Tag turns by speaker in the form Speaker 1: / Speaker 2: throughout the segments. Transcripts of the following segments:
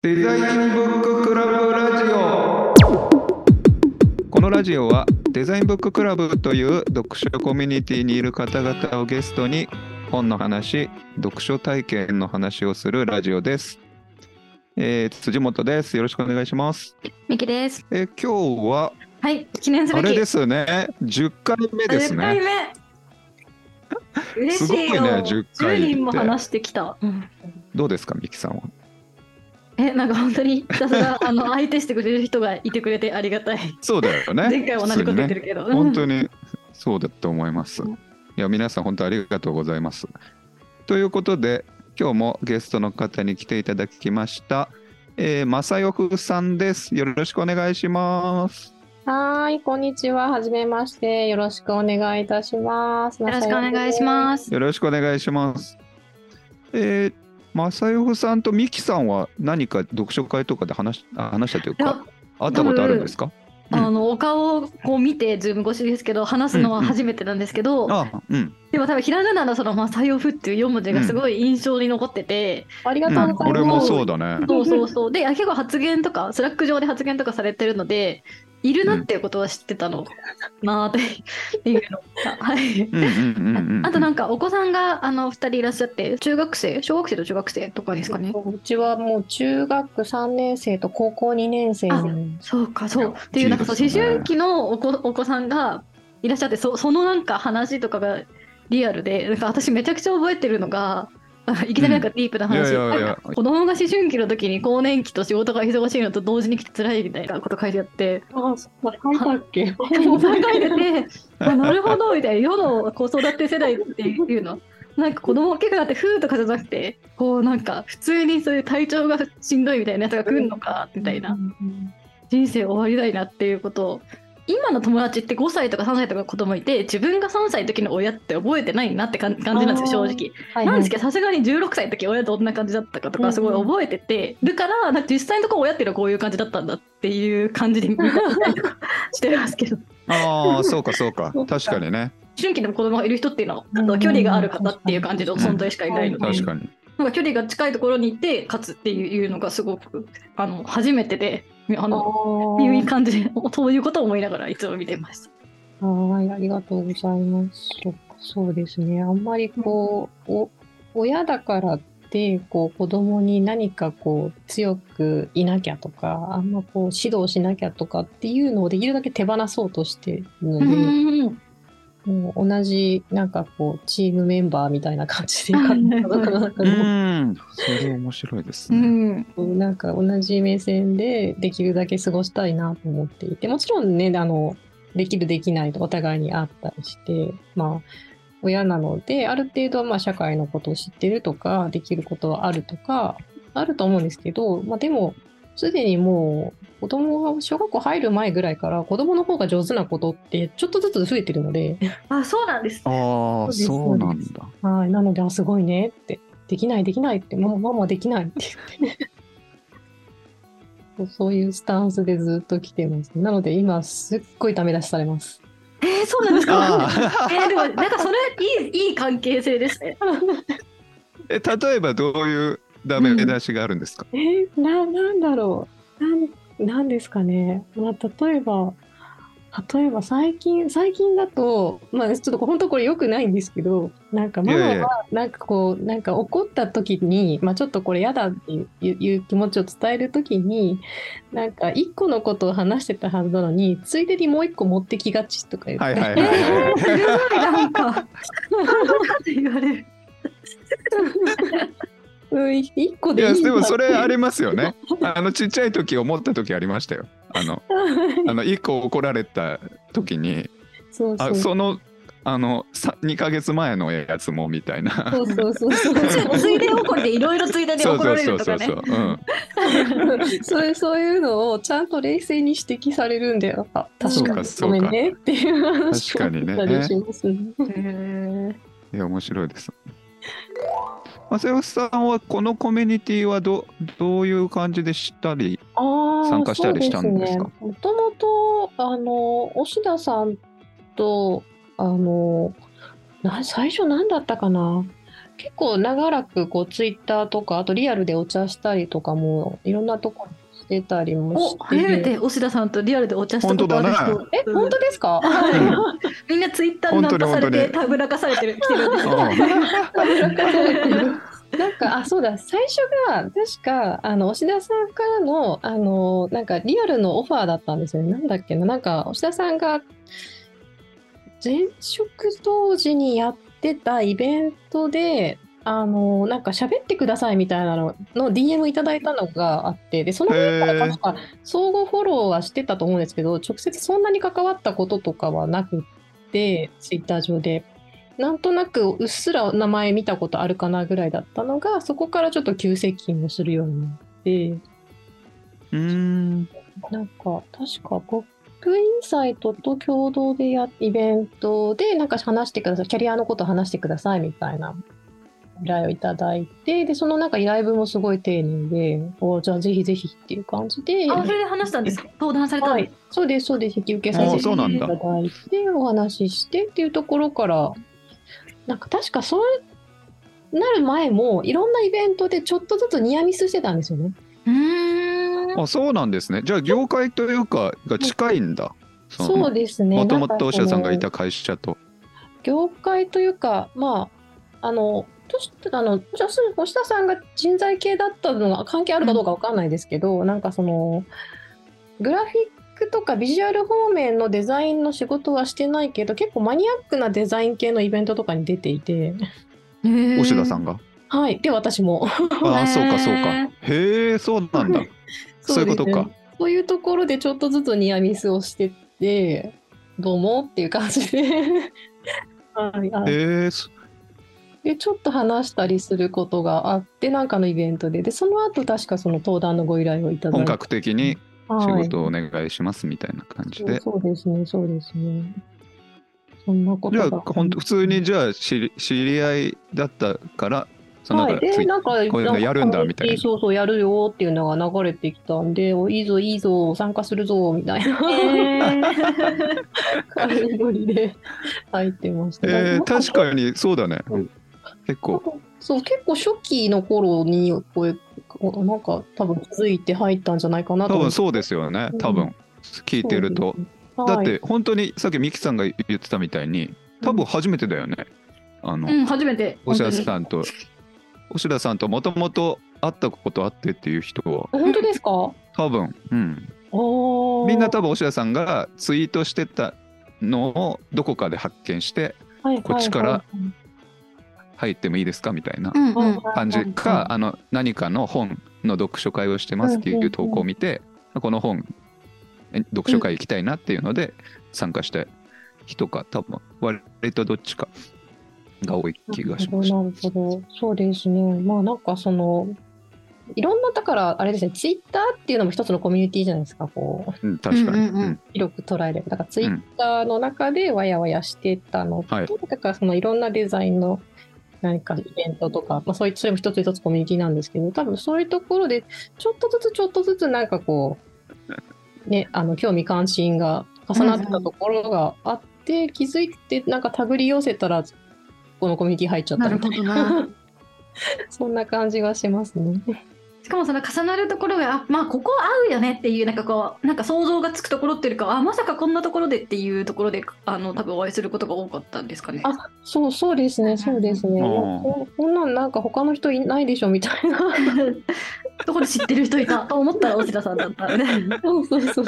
Speaker 1: デザインブッククラブラジオこのラジオはデザインブッククラブという読書コミュニティにいる方々をゲストに本の話、読書体験の話をするラジオです。えー、辻本です。よろしくお願いします。
Speaker 2: ミキです。
Speaker 1: えー今日は
Speaker 2: はい、記念すべ
Speaker 1: あ
Speaker 2: き。
Speaker 1: れですね、10回目です
Speaker 2: 10回
Speaker 1: ね。
Speaker 2: 目。嬉しい
Speaker 1: すごい
Speaker 2: よ。
Speaker 1: ね10回って
Speaker 2: 10人も話してきた。うん
Speaker 1: どうですか、ミキさんは。
Speaker 2: え、なんか本当にひたすら あの相手してくれる人がいてくれてありがたい。
Speaker 1: そうだよね。
Speaker 2: 前回同じこと言って
Speaker 1: る。
Speaker 2: るけど。
Speaker 1: 本
Speaker 2: う
Speaker 1: 当
Speaker 2: ん
Speaker 1: にそうだと思います。
Speaker 2: うん
Speaker 1: いや皆さん本当ありがとうございます。ということで今日もゲストの方に来ていただきました。えー、正代さんです。よろしくお願いします。
Speaker 3: はーい、こんにちは。はじめまして。よろしくお願いいたします。
Speaker 2: よろしくお願いし
Speaker 3: す。
Speaker 2: ます。
Speaker 1: よろしくお願いします。えー、正代さんとミキさんは何か読書会とかで話しあ話したという
Speaker 2: い
Speaker 1: か
Speaker 2: や
Speaker 1: 会ったことあるんですか？うん
Speaker 2: あのお顔をこう見てズーム越しですけど話すのは初めてなんですけど、
Speaker 1: あ、うん。
Speaker 2: でも多分ひらがなのその「マサヨフ」っていう4文字がすごい印象に残ってて、
Speaker 3: ありが
Speaker 1: う
Speaker 3: とうござい
Speaker 1: ん、俺も
Speaker 3: ます。
Speaker 1: そうだね。
Speaker 2: そうそうそうで結構発言とかスラック上で発言とかされてるのでいるなっていうことは知ってたの、なーっていうのがはい。
Speaker 1: うんうんうんうんうん。
Speaker 2: あとなんかお子さんがあの2人いらっしゃって中学生小学生と中学生とかですかね。
Speaker 3: うちはもう中学3年生と高校2年生
Speaker 2: あ
Speaker 3: で
Speaker 2: そうか
Speaker 1: い
Speaker 2: そ
Speaker 1: や
Speaker 2: うっていうなんかそう
Speaker 1: いい
Speaker 2: 思
Speaker 1: ですね
Speaker 2: 春期のお子お子さんがいらっしゃってそそのなんか話とかがリアルでなんか私めちゃくちゃ覚えてるのが。あいきなりなんかディープな話、
Speaker 1: いやいやいや
Speaker 2: なんか子供が思春期の時に更年期と仕事が忙しいのと同時に来て辛いみたいなこと書いてあって
Speaker 3: あ、そんな書いたっけ
Speaker 2: 考えてて、あなるほどみたいな、世の子育て世代っていうの、なんか子供大きくなって、ふーとかじゃなくて、こうなんか、普通にそういう体調がしんどいみたいなやつが来るのか、みたいな、。人生終わりだいなっていうことを、今の友達って5歳とか3歳とか子供いて、自分が3歳の時の親って覚えてないなって感感じなんですよ、
Speaker 3: あー
Speaker 2: 正直。
Speaker 3: はい、
Speaker 2: なんですけ
Speaker 3: け
Speaker 2: ど、さすがに16歳の時親どんな感じだったかとか、すごい覚えてて、るから、なんか実際のところ親っていうのはこういう感じだったんだっていう感じで見たりとか してますけど。
Speaker 1: ああ、そうかそうか。確かにね。
Speaker 2: 春期でも子供がいる人っていうのは
Speaker 3: うん
Speaker 2: 距離がある方っていう感じの存在しかいないので、
Speaker 3: うん
Speaker 1: 確かに。
Speaker 2: なんか距離が近いところにいて勝つっていうのがすごくあの初めてであの
Speaker 3: ど
Speaker 2: いう感じでそういうことを思いながらいつも見てました。
Speaker 3: はい、ありがとうございます。そっかそうですね。あんまりこう、お親だからって、こう、子供に何かこう、強くいなきゃとか、あんまこう、指導しなきゃとかっていうのをできるだけ手放そうとしてるの
Speaker 2: う
Speaker 3: で、
Speaker 2: ん
Speaker 3: もう同じ、なんかこう、チームメンバーみたいな感じで、
Speaker 2: うん
Speaker 3: 家族の中
Speaker 1: う
Speaker 3: で
Speaker 1: ん。それ面白いです
Speaker 2: う
Speaker 1: ね。
Speaker 2: ん
Speaker 3: こうなんか同じ目線でできるだけ過ごしたいなと思っていてもちろんねあのできるできないとお互いにあったりしてまあ親なのである程度はまあ社会のことを知ってるとかできることはあるとかあると思うんですけど、まあ、でもすでにもう子供が小学校入る前ぐらいから子供の方が上手なことってちょっとずつ増えてるので、
Speaker 2: あそうなんです。
Speaker 1: ああ、そ
Speaker 3: そううです
Speaker 1: なんだ。
Speaker 3: はい、なのであすごいねってできないできないってママママできないって 言ってそうそういうスタンスでずっと来てますなので今すっごいダメ出しされます
Speaker 2: えー、そうなんですか。
Speaker 1: あ
Speaker 2: えー、でもなんかそれいいいい関係性ですね。
Speaker 1: ー え例えばどういうダメ出しがあるんですか、
Speaker 3: えー、ななんだろうなんなんですかね、まあ、例えば例えば最近最近だとまあちょっと本当これ良くないんですけどなんかマ
Speaker 1: い
Speaker 3: マ
Speaker 1: やいや
Speaker 3: はなんかこうなんか怒った時に、まあ、ちょっとこれ嫌だっていういう気持ちを伝える時になんか一個のことを話してたはずなのについでにもう一個持ってきがちとか言って、
Speaker 1: はいはい
Speaker 2: え
Speaker 1: はいは
Speaker 2: ー、
Speaker 1: い。
Speaker 2: すごいなんか。って言われる。
Speaker 3: うん、一個
Speaker 1: い
Speaker 3: でいい
Speaker 1: や
Speaker 3: んだ
Speaker 1: でもそれありますよね。あのちっちゃい時思った時ありましたよ。あのあの一個怒られた時に
Speaker 3: そうそ
Speaker 1: あ
Speaker 3: う
Speaker 1: そのあのさ2ヶ月前のやつもみたいな。
Speaker 3: そうそうそうそう
Speaker 2: ついで怒りでいろいろついでに
Speaker 1: そう
Speaker 2: 怒
Speaker 1: そ
Speaker 2: ら
Speaker 1: う
Speaker 2: れ
Speaker 1: そ
Speaker 2: る
Speaker 1: う
Speaker 2: と
Speaker 1: そ
Speaker 2: か
Speaker 1: う
Speaker 2: ね
Speaker 1: そ。う。うん。
Speaker 3: そういうそういうのをちゃんと冷静に指摘されるんだよ。あ確かに
Speaker 1: そう
Speaker 3: ご
Speaker 1: か
Speaker 3: めんねっていう話
Speaker 1: 確かにね
Speaker 3: をしたりしますね。
Speaker 2: へ
Speaker 1: いや面白いです。正義さんはこのコミュニティはどどういう感じで知ったり
Speaker 3: あー
Speaker 1: 参加したりしたんですか
Speaker 3: そうねもともとあの押田さんとあのな最初何だったかな結構長らくこうツイッターとかあとリアルでお茶したりとかもいろんなところにしてたりもし
Speaker 2: お
Speaker 3: て
Speaker 2: 初めて押田さんとリアルでお茶したことある
Speaker 1: 本
Speaker 2: 人
Speaker 1: 当
Speaker 3: え本当で すか
Speaker 2: はい みんなツイッターにナンパされ
Speaker 1: 本当に本当
Speaker 2: て
Speaker 1: に
Speaker 2: たぶらかされてる来てるんですよ
Speaker 3: なんかあそうだ最初が確かあの押田さんからのあのなんかリアルのオファーだったんですよねなんだっけななんか押田さんが前職当時にやってたイベントであのなんか喋ってくださいみたいなのの DM いただいたのがあってでその
Speaker 1: へ
Speaker 3: 前
Speaker 1: ー
Speaker 3: からなんか相互フォローはしてたと思うんですけど直接そんなに関わったこととかはなくってツイッター上でなんとなくうっすら名前見たことあるかなぐらいだったのがそこからちょっと急接近をするようになって。
Speaker 1: うーん
Speaker 3: なんか、確か、僕インサイトと共同でや、イベントで、なんか話してください、キャリアのこと話してくださいみたいな依頼をいただいて、で、そのなんか依頼文もすごい丁寧で、おじゃあぜひぜひっていう感じで、
Speaker 2: あそれで話したんです登壇されたん
Speaker 3: は
Speaker 2: で
Speaker 3: い、そうです、そうです、引き受けさせていただい
Speaker 1: あ
Speaker 3: て、お話ししてっていうところから、なんか確かそうなる前も、いろんなイベントでちょっとずつニアミスしてたんですよね。
Speaker 2: うーん
Speaker 1: あそうなんですねじゃあ業界というかが近いんだ
Speaker 3: そうですね。
Speaker 1: もとも
Speaker 3: なんか
Speaker 1: とお
Speaker 3: そ
Speaker 1: しゃ
Speaker 3: の
Speaker 1: さんがいた会社と
Speaker 3: 業界というか、まあ、あの、としあのじゃあそう星田さんが人材系だったのが関係あるかどうかわかんないですけど、なんかその、グラフィックとかビジュアル方面のデザインの仕事はしてないけど、結構マニアックなデザイン系のイベントとかに出ていて、
Speaker 2: 押
Speaker 1: おしゃさんが
Speaker 3: はい、で、私も。
Speaker 1: ああそうかそうかへえそうなんだ そういうこと
Speaker 3: です
Speaker 1: か
Speaker 3: ね。そういうところでちょっとずつニアミスをしてって、どうもっていう感じで。 はい、あ
Speaker 1: へえそ
Speaker 3: でちょっと話したりすることがあってなんかのイベントででその後確かその登壇のご依頼をいただい
Speaker 1: 本
Speaker 3: て
Speaker 1: 格的に仕
Speaker 3: はい
Speaker 1: 事をお願いしますみたいな感じ
Speaker 3: そう
Speaker 1: で
Speaker 3: そうですねそうですねそんなこと
Speaker 1: じゃあ
Speaker 3: が
Speaker 1: 本当普通にじゃあ知り知り合いだったからそのな
Speaker 3: は
Speaker 1: いんかツ
Speaker 3: で
Speaker 1: イッ
Speaker 3: なんか
Speaker 1: こういうのやるんだみたいな
Speaker 3: そうそうやるよっていうのが流れてきたんでおいいぞいいぞ参加するぞみたいな 軽いノリで入ってました、
Speaker 1: え
Speaker 3: なん
Speaker 1: ー、確かにそうだね、
Speaker 3: うん
Speaker 1: 結構
Speaker 3: そう結構初期の頃にこうこうなんか多分気づいて入ったんじゃないかな
Speaker 1: 多
Speaker 3: と思
Speaker 1: 分
Speaker 3: って
Speaker 1: そうですよね
Speaker 3: うん
Speaker 1: 多分聞いてると、
Speaker 3: そうですね
Speaker 1: だ
Speaker 3: は
Speaker 1: っ
Speaker 3: い
Speaker 1: て本当にさっきミキさんが言ってたみたいに多分初めてだよね、あの、
Speaker 2: うん初めて
Speaker 1: おしゃさんとおしらさんともともと会ったことあってっていう人は
Speaker 3: 本当ですか
Speaker 1: 多分うん
Speaker 3: おー
Speaker 1: みんな多分おしらさんがツイートしてたのをどこかで発見してこっちから入ってもいいですかみたいな
Speaker 2: うんうん
Speaker 1: 感じか、あの何かの本の読書会をしてますって
Speaker 3: うんうん
Speaker 1: いううん投稿を見て、この本え読書会行きたいなっていうので参加した人か多分割とどっちかが多い気がしました。
Speaker 3: なるほどなるほどそうですねまあなんかそのいろんなだからあれですねツイッターっていうのも一つのコミュニティじゃないですかこう
Speaker 1: うん、確かに、
Speaker 2: うんうんうん
Speaker 3: 広く捉えればだからツイッターの中でわやわやしてたのと、
Speaker 1: はい
Speaker 3: だからそのいろんなデザインの何かイベントとか、まあ、そういうそれも一つ一つコミュニティなんですけど多分そういうところでちょっとずつちょっとずつなんかこう、ね、あの興味関心が重なってたところがあって、気づいてなんか手繰り寄せたらこのコミュニティ入っちゃっ
Speaker 2: な
Speaker 3: た
Speaker 2: る
Speaker 3: みた
Speaker 2: ほ
Speaker 3: いな
Speaker 2: どな
Speaker 3: そんな感じがしますね。
Speaker 2: しかもその重なるところがあまあここ合うよねっていうなんかこうなんか想像がつくところっていうかあまさかこんなところでっていうところであの多分お会いすることが多かったんですかね。
Speaker 3: あそうそうですねそうですね、
Speaker 1: うん
Speaker 3: ここんなんなんか他の人いないでしょみたいな。
Speaker 2: ところ知ってる人いたと思ったら大田さん だったね。
Speaker 3: そうそうそうそう。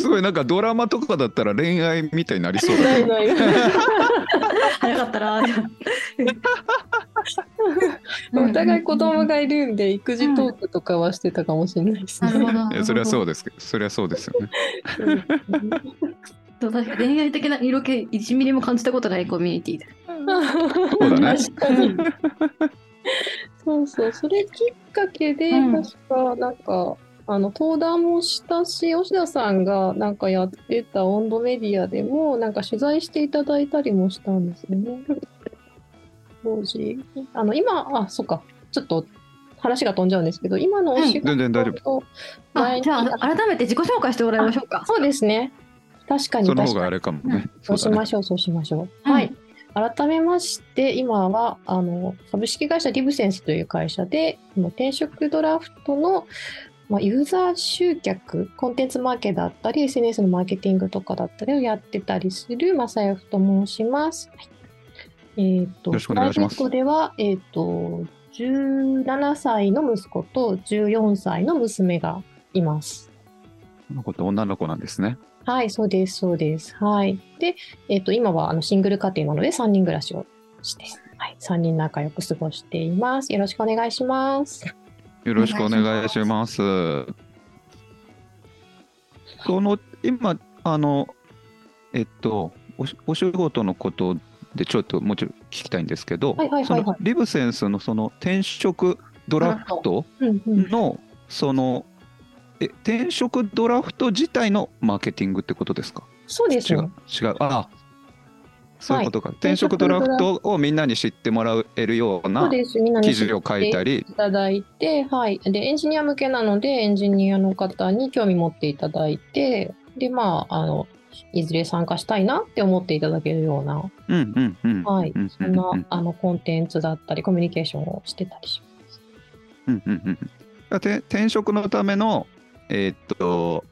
Speaker 1: すごいなんか ドラマとかだったら恋愛みたいになりそうだ
Speaker 3: な
Speaker 1: け
Speaker 3: い
Speaker 1: ど
Speaker 3: ない。
Speaker 2: 早かった な。
Speaker 3: お互い子供がいるんで、育児トークとかはしてたかもしれないです
Speaker 2: なる
Speaker 3: ね。
Speaker 2: ほど。。
Speaker 1: いやそれはそううですけどそれはそうですよね。
Speaker 2: 確かに恋愛的な色気1ミリも感じたことないコミュニティで。
Speaker 1: そうだね
Speaker 3: 確かに。そうそう、それきっかけで、
Speaker 2: うん
Speaker 3: 確か、なんか、あの登壇もしたし、吉田さんがなんかやってた温度メディアでも、なんか取材していただいたりもしたんですよね。当時。あの、今、あ、そっか、ちょっと話が飛んじゃうんですけど、今のお仕事
Speaker 1: 全然大丈
Speaker 3: 夫。
Speaker 2: あじゃあ改めて自己紹介してもらい ましょうか。
Speaker 3: そうですね。確かに
Speaker 1: その
Speaker 3: 確
Speaker 1: 方が
Speaker 3: か
Speaker 1: あ
Speaker 3: に。
Speaker 1: れかもね。
Speaker 3: そう
Speaker 1: そ
Speaker 3: し
Speaker 1: うだ
Speaker 3: ま
Speaker 1: ね。
Speaker 3: しょう、そうしましょう。
Speaker 2: うん
Speaker 3: はい。改めまして、今はあの株式会社リブセンスという会社で、この転職ドラフトの、まあ、ユーザー集客、コンテンツマーケだったり、SNS のマーケティングとかだったりをやってたりする、まさやふと申します。はいえーと
Speaker 1: よろしくお願いします
Speaker 3: プライベートでは、えっ、と、17歳の息子と14歳の娘がいます。
Speaker 1: この子って女の子なんですね。
Speaker 3: はい、そうです、そうです。はい。で、えっ、と、今はあのシングル家庭なので3人暮らしをして、はい、3人仲良く過ごしています。よろしくお願いします。
Speaker 1: よろしくお願いします。その今あのえっとおしお仕事のことでちょっともうちょっと聞きたいんですけど、
Speaker 3: はいはいはいはい
Speaker 1: そのリブセンスのその転職ドラフト
Speaker 3: うんうん、
Speaker 1: のそのえ転職ドラフト自体のマーケティングってことですか？
Speaker 3: そうです
Speaker 1: 違う
Speaker 3: ね。
Speaker 1: 違うああそういうことか、転職ドラフトをみんなに知ってもらえるよう
Speaker 3: そう
Speaker 1: な
Speaker 3: です。みんなに
Speaker 1: 記
Speaker 3: 知っ
Speaker 1: 事を書いたり
Speaker 3: ていただいて、はい。で、エンジニア向けなので、エンジニアの方に興味持っていただいて、で、まあ、あの、いずれ参加したいなって思っていただけるような、
Speaker 1: うんうんうん
Speaker 3: はい
Speaker 1: うん
Speaker 3: そんな、あの、コンテンツだったり、コミュニケーションをしてたりします。
Speaker 1: うんうんうんだからて転職のための、えーっと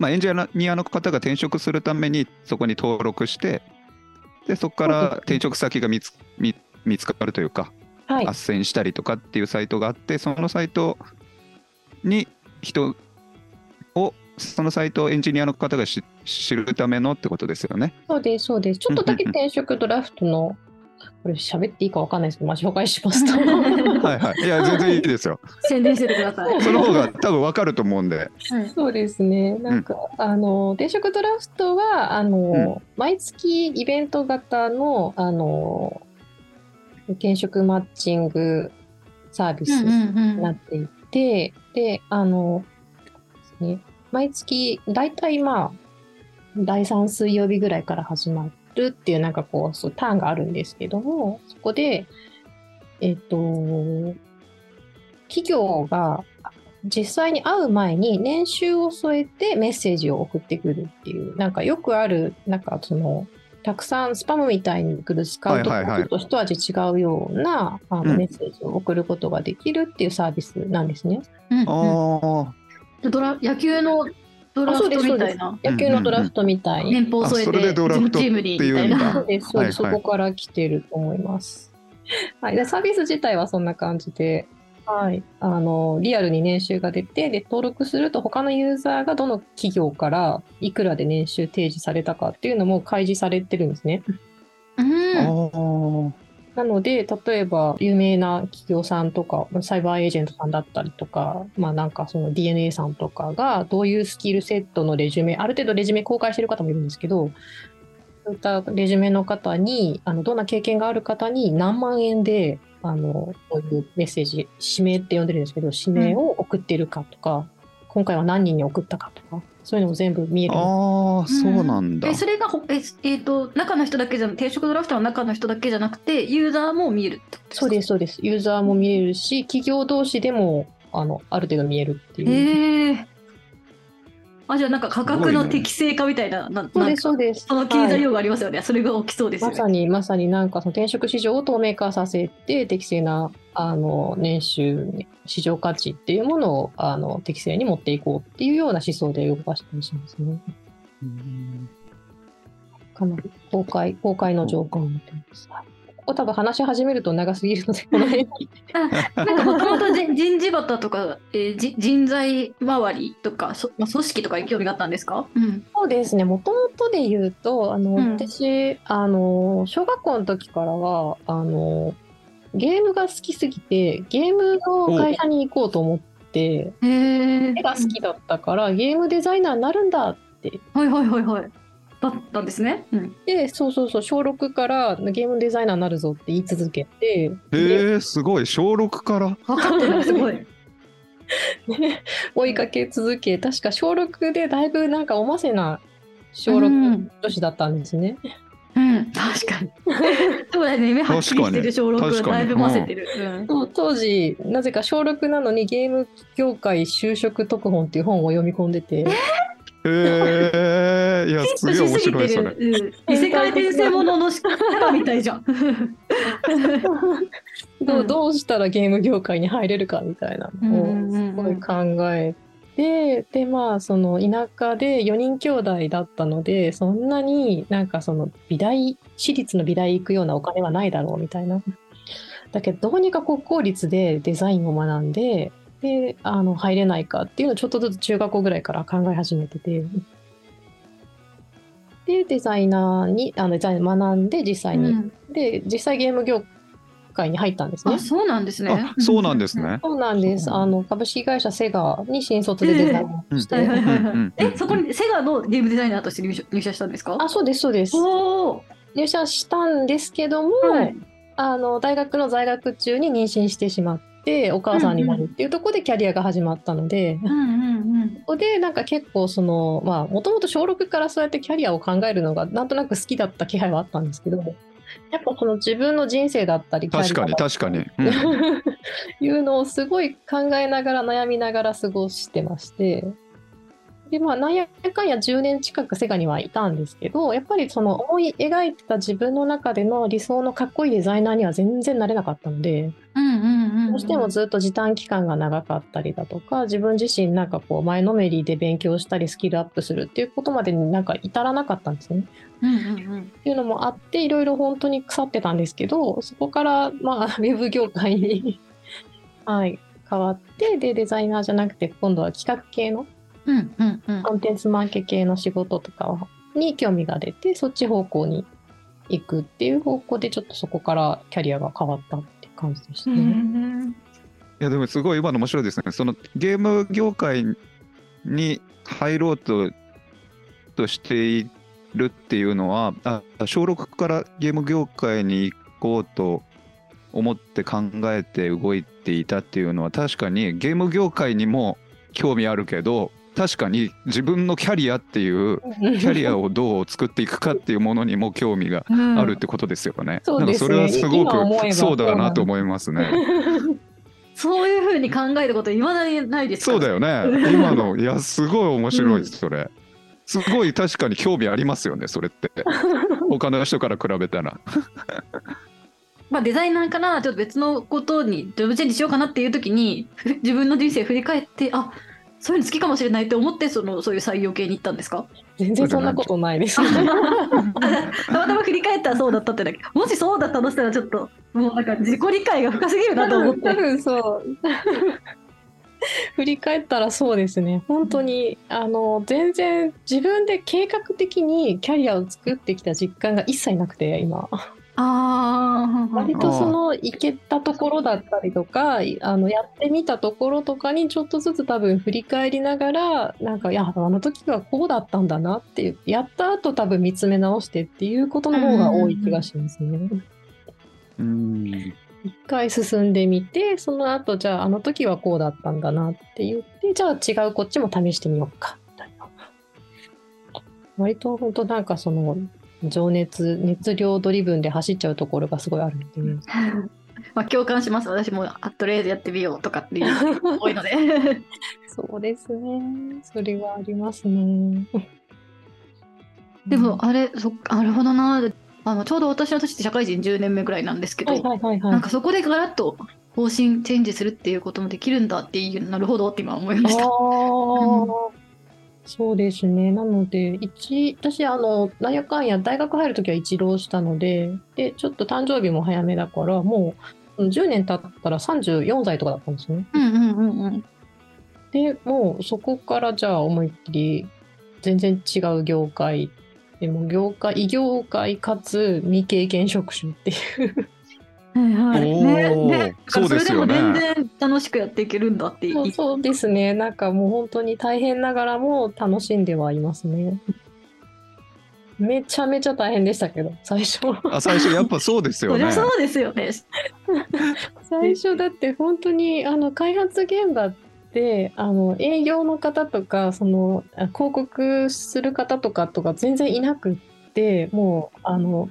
Speaker 1: まあ、エンジニアの方が転職するためにそこに登録してでそこか
Speaker 3: そう
Speaker 1: ら
Speaker 3: ですね
Speaker 1: 転職先が見つ見見つかるというか、
Speaker 3: はい
Speaker 1: 斡。旋したりとかっていうサイトがあってそのサイトに人をそのサイトをエンジニアの方が知知るためのってことですよね。
Speaker 3: そうです、そうです。ちょっとだけ
Speaker 1: うんうん
Speaker 3: 転職ドラフトの、これ喋っていいかわかんないですけど、まあ、紹介しますと。
Speaker 1: はいはい、いや全然いいですよ。
Speaker 2: 宣伝しててください。
Speaker 1: その方が多分わかると思うんで。
Speaker 2: はい
Speaker 3: そうですね。なんか、あの、転職ドラフトは、あの、毎月イベント型の、あの、転職マッチングサービスなっていて、で、あの、ですね、毎月、だいたいまあ、第3水曜日ぐらいから始まるっていう、なんかこう、そうターンがあるんですけども、そこで、えっと、企業が実際に会う前に年収を添えてメッセージを送ってくるっていう、なんかよくある、なんかその、たくさんスパムみたいに来るスカウトと
Speaker 1: はいはいはい
Speaker 3: ちょっと一味違うようなあ
Speaker 1: う
Speaker 3: の
Speaker 1: ん
Speaker 3: メッセージを送ることができるっていうサービスなんですね。
Speaker 2: うん
Speaker 1: あ
Speaker 2: ドラ野球のドラフトみたいな。
Speaker 3: 野球のドラフトみたい。
Speaker 2: 年俸添え
Speaker 1: あそれで
Speaker 2: て、
Speaker 1: ドラフト
Speaker 2: チームにみ
Speaker 1: って
Speaker 2: た
Speaker 1: い
Speaker 2: い
Speaker 1: うん
Speaker 2: な。
Speaker 1: だ
Speaker 3: そうです、そうです
Speaker 1: はいはい
Speaker 3: そこから来てると思います。 はい、でサービス自体はそんな感じで、はい、あのリアルに年収が出てで、登録すると他のユーザーがどの企業からいくらで年収提示されたかっていうのも開示されてるんですね。
Speaker 1: あー。
Speaker 3: なので、例えば有名な企業さんとか、サイバーエージェントさんだったりとか、まあなんかその DNA さんとかが、どういうスキルセットのレジュメ、ある程度レジュメ公開してる方もいるんですけど、そういったレジュメの方に、あのどんな経験がある方に何万円で、あの、こういうメッセージ、指名って呼んでるんですけど、指名を送ってるかとか、今回は何人に送ったかとか、そういうのも全部見えるんです
Speaker 1: ああ、そうなんだ。
Speaker 2: えそれがほええー、と中の人だけじゃ転職ドラフトの中の人だけじゃなくてユーザーも見えるってことですか
Speaker 3: そうです、そうです。ユーザーも見れるし、企業同士でも、あの、ある程度見えるっていう。
Speaker 2: へえあじゃあなんか価格
Speaker 1: すごい
Speaker 2: の
Speaker 1: ね
Speaker 2: 適正化みたいなな
Speaker 3: そう
Speaker 2: なん
Speaker 3: で
Speaker 2: か
Speaker 3: す、そうです。
Speaker 2: その経済
Speaker 3: はい
Speaker 2: 用語ありますよね、それが起きそうですよ
Speaker 3: ま
Speaker 2: ね、
Speaker 3: さに、まさになんかその転職市場を透明化させて、適正なあの年収、市場価値っていうものをあの適正に持っていこうっていうような思想で動かしてほしいんですね。
Speaker 1: うん
Speaker 3: かなり公開、公開の情報を持ってます。はいここ多分話し始めると長すぎるので、この辺に。
Speaker 2: あなんかもともと人人事バタとか、えーじ人材周りとかそ、まあ、組織とかに興味があったんですか、うん
Speaker 3: そうですね、もともとで言うと、あの、
Speaker 2: うん
Speaker 3: 私、あの、小学校の時からは、あの、ゲームが好きすぎて、ゲームの会社に行こうと思って、
Speaker 2: へえ
Speaker 3: 絵が好きだったから、ゲームデザイナーになるんだって。
Speaker 2: はいはいはいはいだったんですね、うん、
Speaker 3: で、そうそうそう、小6からゲームデザイナーになるぞって言い続けて、で
Speaker 1: へえ、すごい。小6から。
Speaker 2: 分かってるすごい
Speaker 3: 追いかけ続け、確か小6でだいぶなんかおませな小
Speaker 2: う
Speaker 3: 6
Speaker 2: ん
Speaker 3: 女子だったんですね。
Speaker 2: うん、確かに。そうだね、夢はっきりしてる小6
Speaker 1: 確か
Speaker 2: は
Speaker 1: に
Speaker 2: だいぶ混ぜてる。うん
Speaker 3: そう当時なぜか小6なのにゲーム業界就職特本っていう本を読み込んでて
Speaker 1: へえいや、すげえ面白い、それ。
Speaker 2: うん異世界転生もののキャラみたいじゃん。
Speaker 3: ど
Speaker 2: う
Speaker 3: うんどうしたらゲーム業界に入れるかみたいなの
Speaker 2: うんうんうん
Speaker 3: をすごい考えてでまあその田舎で4人兄弟だったのでそんなになんかその美大私立の美大行くようなお金はないだろうみたいな。だけどどうにか国公立でデザインを学んでであの入れないかっていうのをちょっとずつ中学校ぐらいから考え始めてて。でデザイナーにあのデザイン学んで実際に、
Speaker 2: うん
Speaker 3: で実際ゲーム業界に入ったんですね
Speaker 2: あ、。そうなんですね
Speaker 1: あ、。そうなんです。ね。
Speaker 3: そうなんです。
Speaker 1: そうな
Speaker 3: あの株式会社セガに新卒でデザインをして、
Speaker 2: ええ
Speaker 1: うんうんうん
Speaker 2: え、そこにセガのゲームデザイナーとして入社入社したんですか。
Speaker 3: あ、そうですそうです。
Speaker 2: おお。
Speaker 3: 入社したんですけども、
Speaker 2: はい
Speaker 3: あの大学の在学中に妊娠してしまってお母さんになるっていうところでキャリアが始まったので、
Speaker 2: うんうんうん。
Speaker 3: ここでなんか結構そのまあもともと小6からそうやってキャリアを考えるのがなんとなく好きだった気配はあったんですけど、やっぱこの自分の人生だったりキャリ
Speaker 1: 確
Speaker 3: ア
Speaker 1: かに、
Speaker 3: だっ
Speaker 1: 確かに。う
Speaker 3: たり
Speaker 1: ん
Speaker 3: いうのをすごい考えながら悩みながら過ごしてまして。でまあ、なんやかんや10年近くセガにはいたんですけどやっぱりその思い描いてた自分の中での理想のかっこいいデザイナーには全然なれなかったので
Speaker 2: うんうんうん。
Speaker 3: どうしてもずっと時短期間が長かったりだとか自分自身なんかこう前のめりで勉強したりスキルアップするっていうことまでになんか至らなかったんですね。
Speaker 2: うんうん
Speaker 3: っていうのもあっていろいろ本当に腐ってたんですけどそこからまあ ウェブ業界に はい変わってでデザイナーじゃなくて今度は企画系の
Speaker 2: うん。うんうんうん。
Speaker 3: コンテンツマーケ系の仕事とかに興味が出てそっち方向に行くっていう方向でちょっとそこからキャリアが変わったっていう感じでした
Speaker 2: う
Speaker 3: ね。
Speaker 2: ん
Speaker 1: いやでもすごい今の面白いですね。そのゲーム業界に入ろうととしているっていうのはあ小6からゲーム業界に行こうと思って考えて動いていたっていうのは確かにゲーム業界にも興味あるけど確かに自分のキャリアっていうキャリアをどう作っていくかっていうものにも興味が
Speaker 2: うん
Speaker 1: あるっ。てことですよね。
Speaker 3: そうですね
Speaker 1: なんかそれはすご
Speaker 3: 今思えば
Speaker 1: くそうだなと思いますね。
Speaker 2: そういう風に考えることいまだにないですか
Speaker 1: そうだよ ね。今の、いや、すごい面白いです、それ。すごい確かに興味ありますよね、それって。 他の人から比べたら。
Speaker 2: まあデザイナーからちょっと別のことにジョブチェンジしようかなっていう時にふ自分の人生振り返ってあそういうの好きかもしれないって思ってそのそういう採用系に行ったんですか
Speaker 3: 全然そんなことないです。
Speaker 2: たまたま振り返ったらそうだったってだけもしそうだったとしたらちょっともうなんか自己理解が深すぎるな
Speaker 3: 多
Speaker 2: と思っ
Speaker 3: 分多
Speaker 2: て。
Speaker 3: 分そう 振り返ったらそうですね本当に、あの全然自分で計画的にキャリアを作ってきた実感が一切なくて今
Speaker 2: ああ
Speaker 3: 割とその行けたところだったりとかいあのやってみたところとかにちょっとずつ多分振り返りながらなんかいやあの時はこうだったんだなっていうやった後多分見つめ直してっていうことの方が多い気がしますね。
Speaker 1: うん。
Speaker 3: 一回進んでみてその後じゃああの時はこうだったんだなって言ってじゃあ違うこっちも試してみようかみたいな割と本当なんかその情熱熱量ドリブンで走っちゃうところがすごいあるので、
Speaker 2: まあ共感します私もあとりあえずやってみようとかっていうのが多いので
Speaker 3: そうですねそれはありますね
Speaker 2: でもあれそっかなるほどなあのちょうど私の年って社会人10年目ぐらいなんですけど、
Speaker 3: はいはいはい
Speaker 2: なん
Speaker 3: はい
Speaker 2: かそこでガラッと方針チェンジするっていうこともできるんだっていうなるほどって今思い
Speaker 3: あ
Speaker 2: ました。
Speaker 3: ーそうですね。なので、一、私、あの、なんやかんや、大学入るときは一浪したので、で、ちょっと誕生日も早めだから、もう、10年経ったら34歳とかだったんですね。
Speaker 2: うんうんうんうん。
Speaker 3: で、もう、そこから、じゃあ、思いっきり、全然違う業界、でも、業界、異業界かつ、未経験職種っていう
Speaker 2: はいはい。
Speaker 1: おー
Speaker 2: ねね
Speaker 1: そうですよね
Speaker 2: だからそれでも全然楽しくやっていけるんだってい
Speaker 3: そうう。そうですね。なんかもう本当に大変ながらも楽しんではいますね。めちゃめちゃ大変でしたけど、最初。
Speaker 1: あ、最初、やっぱそうですよ
Speaker 2: そり
Speaker 1: ね
Speaker 2: ゃ。そうですよね。
Speaker 3: 最初だって本当にあの開発現場ってあの営業の方とかそのあ広告する方とかとか全然いなくってもうあの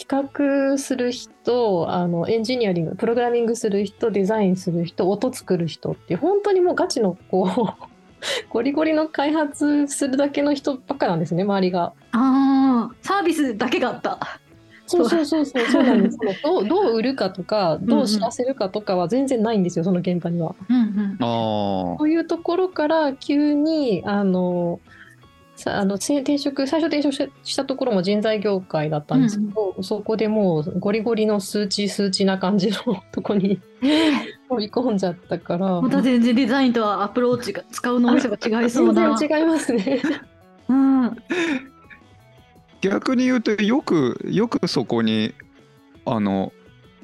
Speaker 3: 企画する人あのエンジニアリングプログラミングする人デザインする人音作る人って本当にもうガチのこう ゴリゴリの開発するだけの人ばっかなんですね、周りが。
Speaker 2: ああ、サービスだけがあった。
Speaker 3: そうそうそうそう、そうなんです。 どうどう売るかとか、どう知らせるかとかは全然ないんですよ、その現場には。
Speaker 2: うんうん。
Speaker 1: あ
Speaker 3: そういうところから急にあのさあのせ転職最初転職ししたところも人材業界だったんですけど、そこでもうゴリゴリの数値数値な感じのとこ に
Speaker 2: え
Speaker 3: 飛び込んじゃったから
Speaker 2: また全然デザインとはアプローチが使う脳みそが違いそう
Speaker 3: 全
Speaker 2: な。
Speaker 3: 然違いますね。
Speaker 2: うん。うん
Speaker 1: 逆に言うとよくよくそこにあの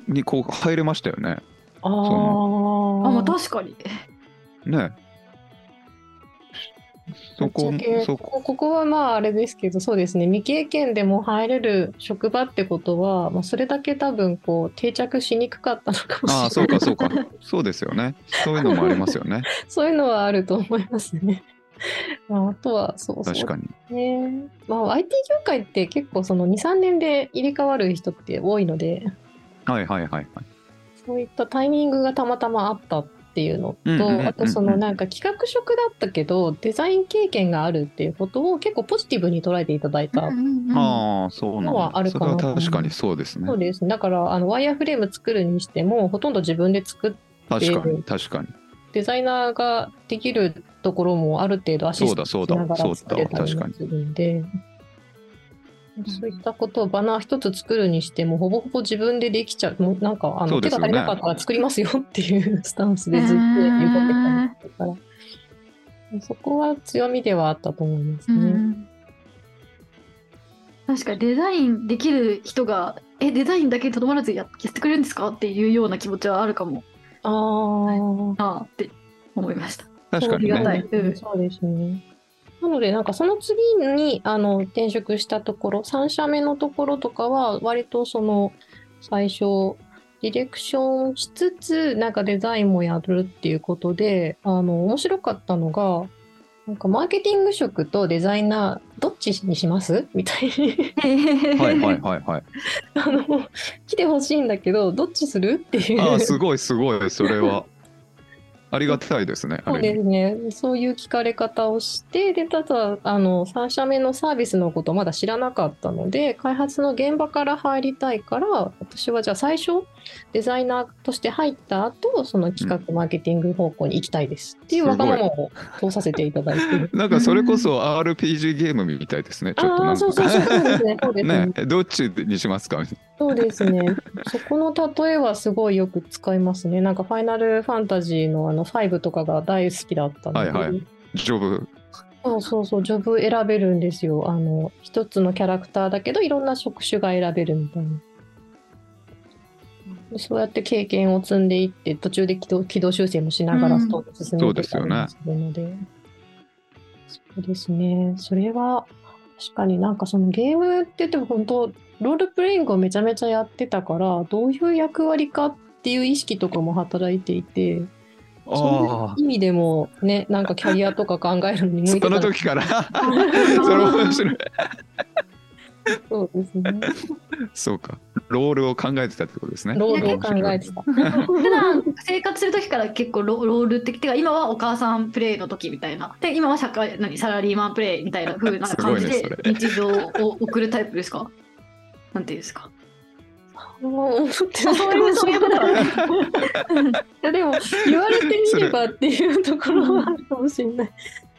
Speaker 1: にこう入れましたよね
Speaker 3: あ
Speaker 2: あ、ま
Speaker 3: ー
Speaker 2: あ確かに。
Speaker 1: ねそこ
Speaker 3: ぶっちゃけ
Speaker 1: そこ
Speaker 3: こここはまああれですけどそうですね未経験でも入れる職場ってことは、まあ、それだけ多分こう定着しにくかったのかもしれ
Speaker 1: あ
Speaker 3: な
Speaker 1: あ
Speaker 3: い
Speaker 1: そうかそう かそうですよねそういうのもありますよね
Speaker 3: そういうのはあると思いますね。 まあ、あとは、そうそう
Speaker 1: 確かに
Speaker 3: ね。まあ、IT 業界って結構その2、3年で入れ替わる人って多いので、
Speaker 1: はいはいはいはい
Speaker 3: そういったタイミングがたまたまあったっていうの
Speaker 1: うんうんうんうん
Speaker 3: と、あとそのなんか企画職だったけど、デザイン経験があるっていうことを結構ポジティブに捉えていただいた。
Speaker 1: ああそうな
Speaker 3: のはあ
Speaker 1: んだ
Speaker 3: る
Speaker 1: そ
Speaker 3: か
Speaker 1: れ
Speaker 3: な
Speaker 1: は確かにそうですね
Speaker 3: そうですね。だから、あの、ワイヤーフレーム作るにしても、ほとんど自分で作っ
Speaker 1: 確かに確かに
Speaker 3: デザイナーができるところもある程度アシストしながら作れたりもするんで
Speaker 2: だ
Speaker 3: そういったことをバナー一つ作るにしてもほぼほぼ自分でできちゃうもうなんかあ
Speaker 1: そ
Speaker 3: の、
Speaker 1: うで
Speaker 3: 手
Speaker 1: す
Speaker 3: が
Speaker 1: よね
Speaker 3: 足りなかったら作りますよっていうスタンスでずっと動けたりするからそこは強みではあったと思います
Speaker 2: うんう
Speaker 3: ね。
Speaker 2: ん確かにデザインできる人が、え、デザインだけにとどまらずややってくれるんですかっていうような気持ちはあるかも
Speaker 3: あー
Speaker 2: なあって思いました。
Speaker 1: 確かに
Speaker 2: ありがた
Speaker 1: ね
Speaker 2: いうん
Speaker 3: そうですね。なので、なんかその次にあの転職したところ、3社目のところとかは、割とその最初、ディレクションしつつ、なんかデザインもやるっていうことで、あの面白かったのが、なんかマーケティング職とデザイナー、どっちにしますみたいに
Speaker 1: はいはい
Speaker 2: は
Speaker 1: はい はい
Speaker 3: あの来てほしいんだけど、どっちするっていう。
Speaker 1: ああすごいすごいそれ はありがたいですねあ
Speaker 3: そう
Speaker 1: れ
Speaker 3: ですね。そういう聞かれ方をして、で、ただ、あの、3社目のサービスのことをまだ知らなかったので、開発の現場から入りたいから、私はじゃあ最初、デザイナーとして入った後、その企画、マーケティング方向に行きたいですっていう
Speaker 1: すご
Speaker 3: わ
Speaker 1: い
Speaker 3: がままを通させていただいて。
Speaker 1: なんかそれこそ RPG ゲームみたいですねちょっと
Speaker 3: ああ
Speaker 1: な
Speaker 3: ー、
Speaker 1: んか
Speaker 3: そうそうそう、そうですね。そうですね
Speaker 1: ねどっちにしますかみたい
Speaker 3: そうですね。そこの例えはすごいよく使いますね。なんか、ファイナルファンタジーのあの、5とかが大好きだったので。
Speaker 1: はいはいなジョブ
Speaker 3: そうそうそう、ジョブ選べるんですよ。あの、一つのキャラクターだけど、いろんな職種が選べるみたいな。でそうやって経験を積んでいって、途中で軌道軌道修正もしなが
Speaker 2: う
Speaker 3: ら
Speaker 2: ん
Speaker 3: ストーリー進めていったりもするので。そうですね。それは、確かになんかそのゲームって言っても本当、ロールプレイングをめちゃめちゃやってたから、どういう役割かっていう意識とかも働いていて、
Speaker 1: あ
Speaker 3: そういう意味でもね、なんかキャリアとか考えるのに
Speaker 1: あ
Speaker 3: 向
Speaker 1: そ
Speaker 3: いてた
Speaker 1: の
Speaker 3: な
Speaker 1: 時 からそれ面白い
Speaker 3: そうですね。
Speaker 1: そうかロールを考えてたってことですね
Speaker 3: 労働を考えてた。
Speaker 2: 普段生活する時から結構ロロールってきてか今はお母さんプレイの時みたいなで今は社会何サラリーマンプレイみたいな風な感じ
Speaker 1: すご
Speaker 2: で
Speaker 1: いねそれ
Speaker 2: 日常を送るタイプですかなんていうんですか
Speaker 3: もう思って
Speaker 2: そういうそういうことはね
Speaker 3: いやでも言われてみればっていうところはあるかもしれない。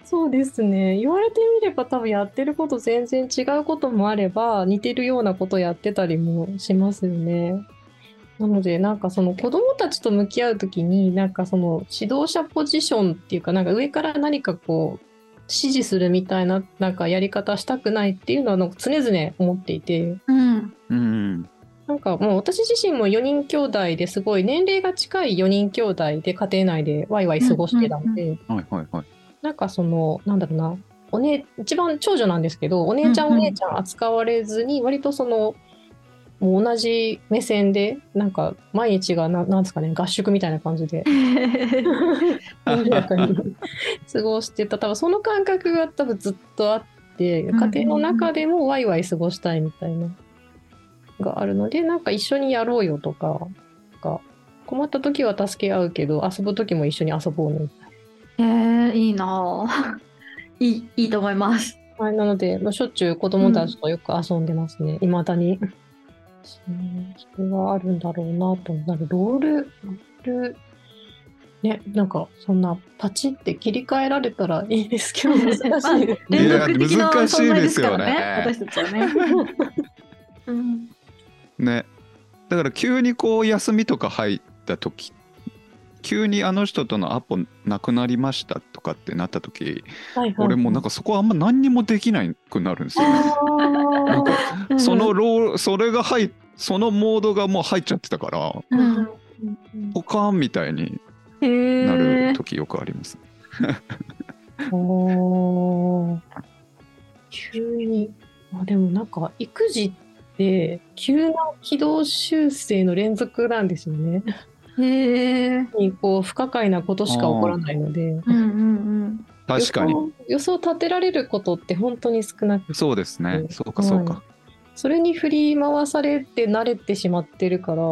Speaker 3: そうですね言われてみれば多分やってること全然違うこともあれば似てるようなことやってたりもしますよね。なのでなんかその子どもたちと向き合う時になんかその指導者ポジションっていうかなんか上から何かこう指示するみたいななんかやり方したくないっていうのはなんか常々思っていて。
Speaker 2: うん
Speaker 1: うん
Speaker 3: なんかもう私自身も4人兄弟ですごい年齢が近い4人兄弟で家庭内でワイワイ過ごしてたんで、
Speaker 1: はいはいはい
Speaker 3: なんかそのなんだろうなお、ね、一番長女なんですけどお姉ちゃん
Speaker 2: うんう
Speaker 3: お
Speaker 2: ん
Speaker 3: 姉ちゃん扱われずに割とそのもう同じ目線でなんか毎日がななんですかね合宿みたいな感じで賑やかに 過ごしてた多分その感覚が多分ずっとあって家
Speaker 2: んうん
Speaker 3: 庭の中でもワイワイ過ごしたいみたいながあるのでなんか一緒にやろうよとかなんか困った時は助け合うけど遊ぶ時も一緒に遊ぼうねみたいな
Speaker 2: えー、いいなぁ いいいいと思います。
Speaker 3: はい、なので、まあ、しょっちゅう子供たちとよく遊んでますね、いまだに。うんそれはあるんだろうなと。なんかロール、ロール、ね、なんかそんなパチって切り替えられたらいいですけど、難し いです
Speaker 1: い
Speaker 2: 連
Speaker 1: や
Speaker 3: ね。
Speaker 2: 続的な
Speaker 1: 難し
Speaker 2: 存
Speaker 1: い
Speaker 2: 在
Speaker 1: で
Speaker 2: ですす
Speaker 1: よ
Speaker 2: から
Speaker 1: ね
Speaker 2: ね、私たちはね。うん、
Speaker 1: ねだから急にこう休みとか入った時急にあの人とのアポなくなりましたとかってなった時
Speaker 3: はいはい
Speaker 1: 俺もうなんかそこあんま何にもできなくなるんですよね。なんか
Speaker 2: う ん
Speaker 1: そのローそれが入っそのモードがもう入っちゃってたから
Speaker 2: うん
Speaker 1: ポカーンみたいに
Speaker 2: へー
Speaker 1: なる時よくあります、
Speaker 3: おー急に。あでもなんか育児って急な軌道修正の連続なんですよね。
Speaker 2: へー
Speaker 3: にこう不可解なことしか起こらないので。
Speaker 2: うんうん
Speaker 1: 確かに
Speaker 3: 予想予想立てられることって本当に少なく
Speaker 1: そうですね、
Speaker 3: うん
Speaker 1: そうかそうか、
Speaker 3: それに振り回されて慣れてしまってるから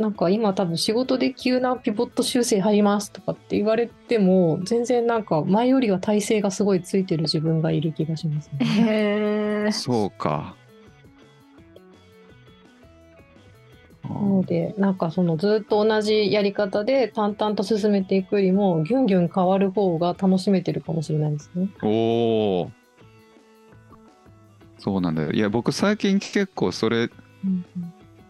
Speaker 3: なんか今多分仕事で急なピボット修正入りますとかって言われても全然なんか前よりは体勢がすごいついてる自分がいる気がします
Speaker 2: うん。
Speaker 3: ね。
Speaker 2: へー
Speaker 1: そうかあ
Speaker 3: なの
Speaker 1: ー
Speaker 3: でなんかそのずっと同じやり方で淡々と進めていくよりもギュンギュン変わる方が楽しめてるかもしれないですね。
Speaker 1: おおそうなんだよいや僕最近結構それ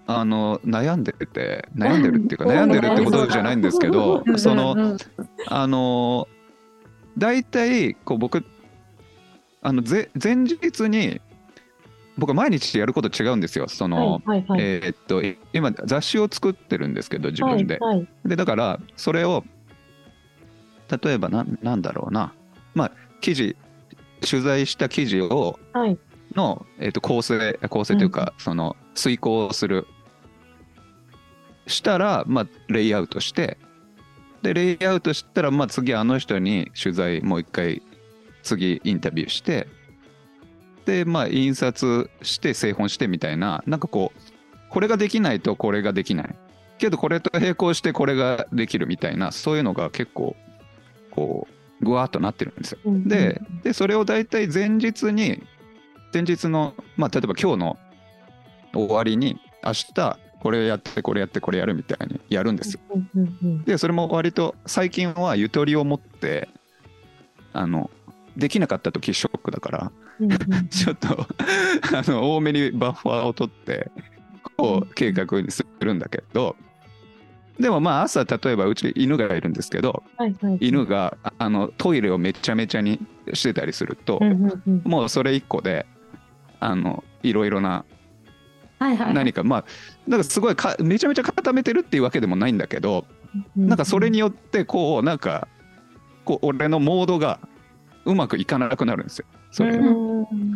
Speaker 1: あの悩んでて悩んでるっていうか
Speaker 3: うん
Speaker 1: 悩んでるってことじゃないんですけど その
Speaker 2: うんうんうん
Speaker 1: あの大体こう僕あのぜ前日に僕は毎日やること違うんですよその、
Speaker 3: はいはいはい。
Speaker 1: えーっとい今雑誌を作ってるんですけど自分で、
Speaker 3: はいはい
Speaker 1: でだからそれを例えばななんだろうなまあ記事取材した記事を
Speaker 3: はい
Speaker 1: の、えー、と構成構成というか、その遂行するしたら、まあ、レイアウトしてでレイアウトしたら、まあ、次あの人に取材もう一回次インタビューしてでまあ印刷して製本してみたいななんかこうこれができないとこれができないけどこれと並行してこれができるみたいなそういうのが結構こうぐわーっとなってるんですよ。
Speaker 3: うんうん
Speaker 1: ででそれを大体前日に前日の、まあ、例えば今日の終わりに明日これやってこれやってこれやるみたいにやるんですよ。
Speaker 3: うんうんうん
Speaker 1: でそれも割と最近はゆとりを持ってあのできなかった時ショックだから
Speaker 3: うんうん
Speaker 1: ちょっと あの多めにバッファーを取ってこう計画にするんだけどでもまあ朝例えばうち犬がいるんですけど
Speaker 3: はいはい
Speaker 1: 犬がああのトイレをめちゃめちゃにしてたりすると、
Speaker 3: うんうんうん
Speaker 1: もうそれ一個であのいろいろな
Speaker 2: はいはい。
Speaker 1: 何か、まあなんかすごいかめちゃめちゃ固めてるっていうわけでもないんだけど、
Speaker 3: な
Speaker 1: なんかそれによってこうなんかこう俺のモードがうまくいかなくなるんですよそれ、
Speaker 2: うん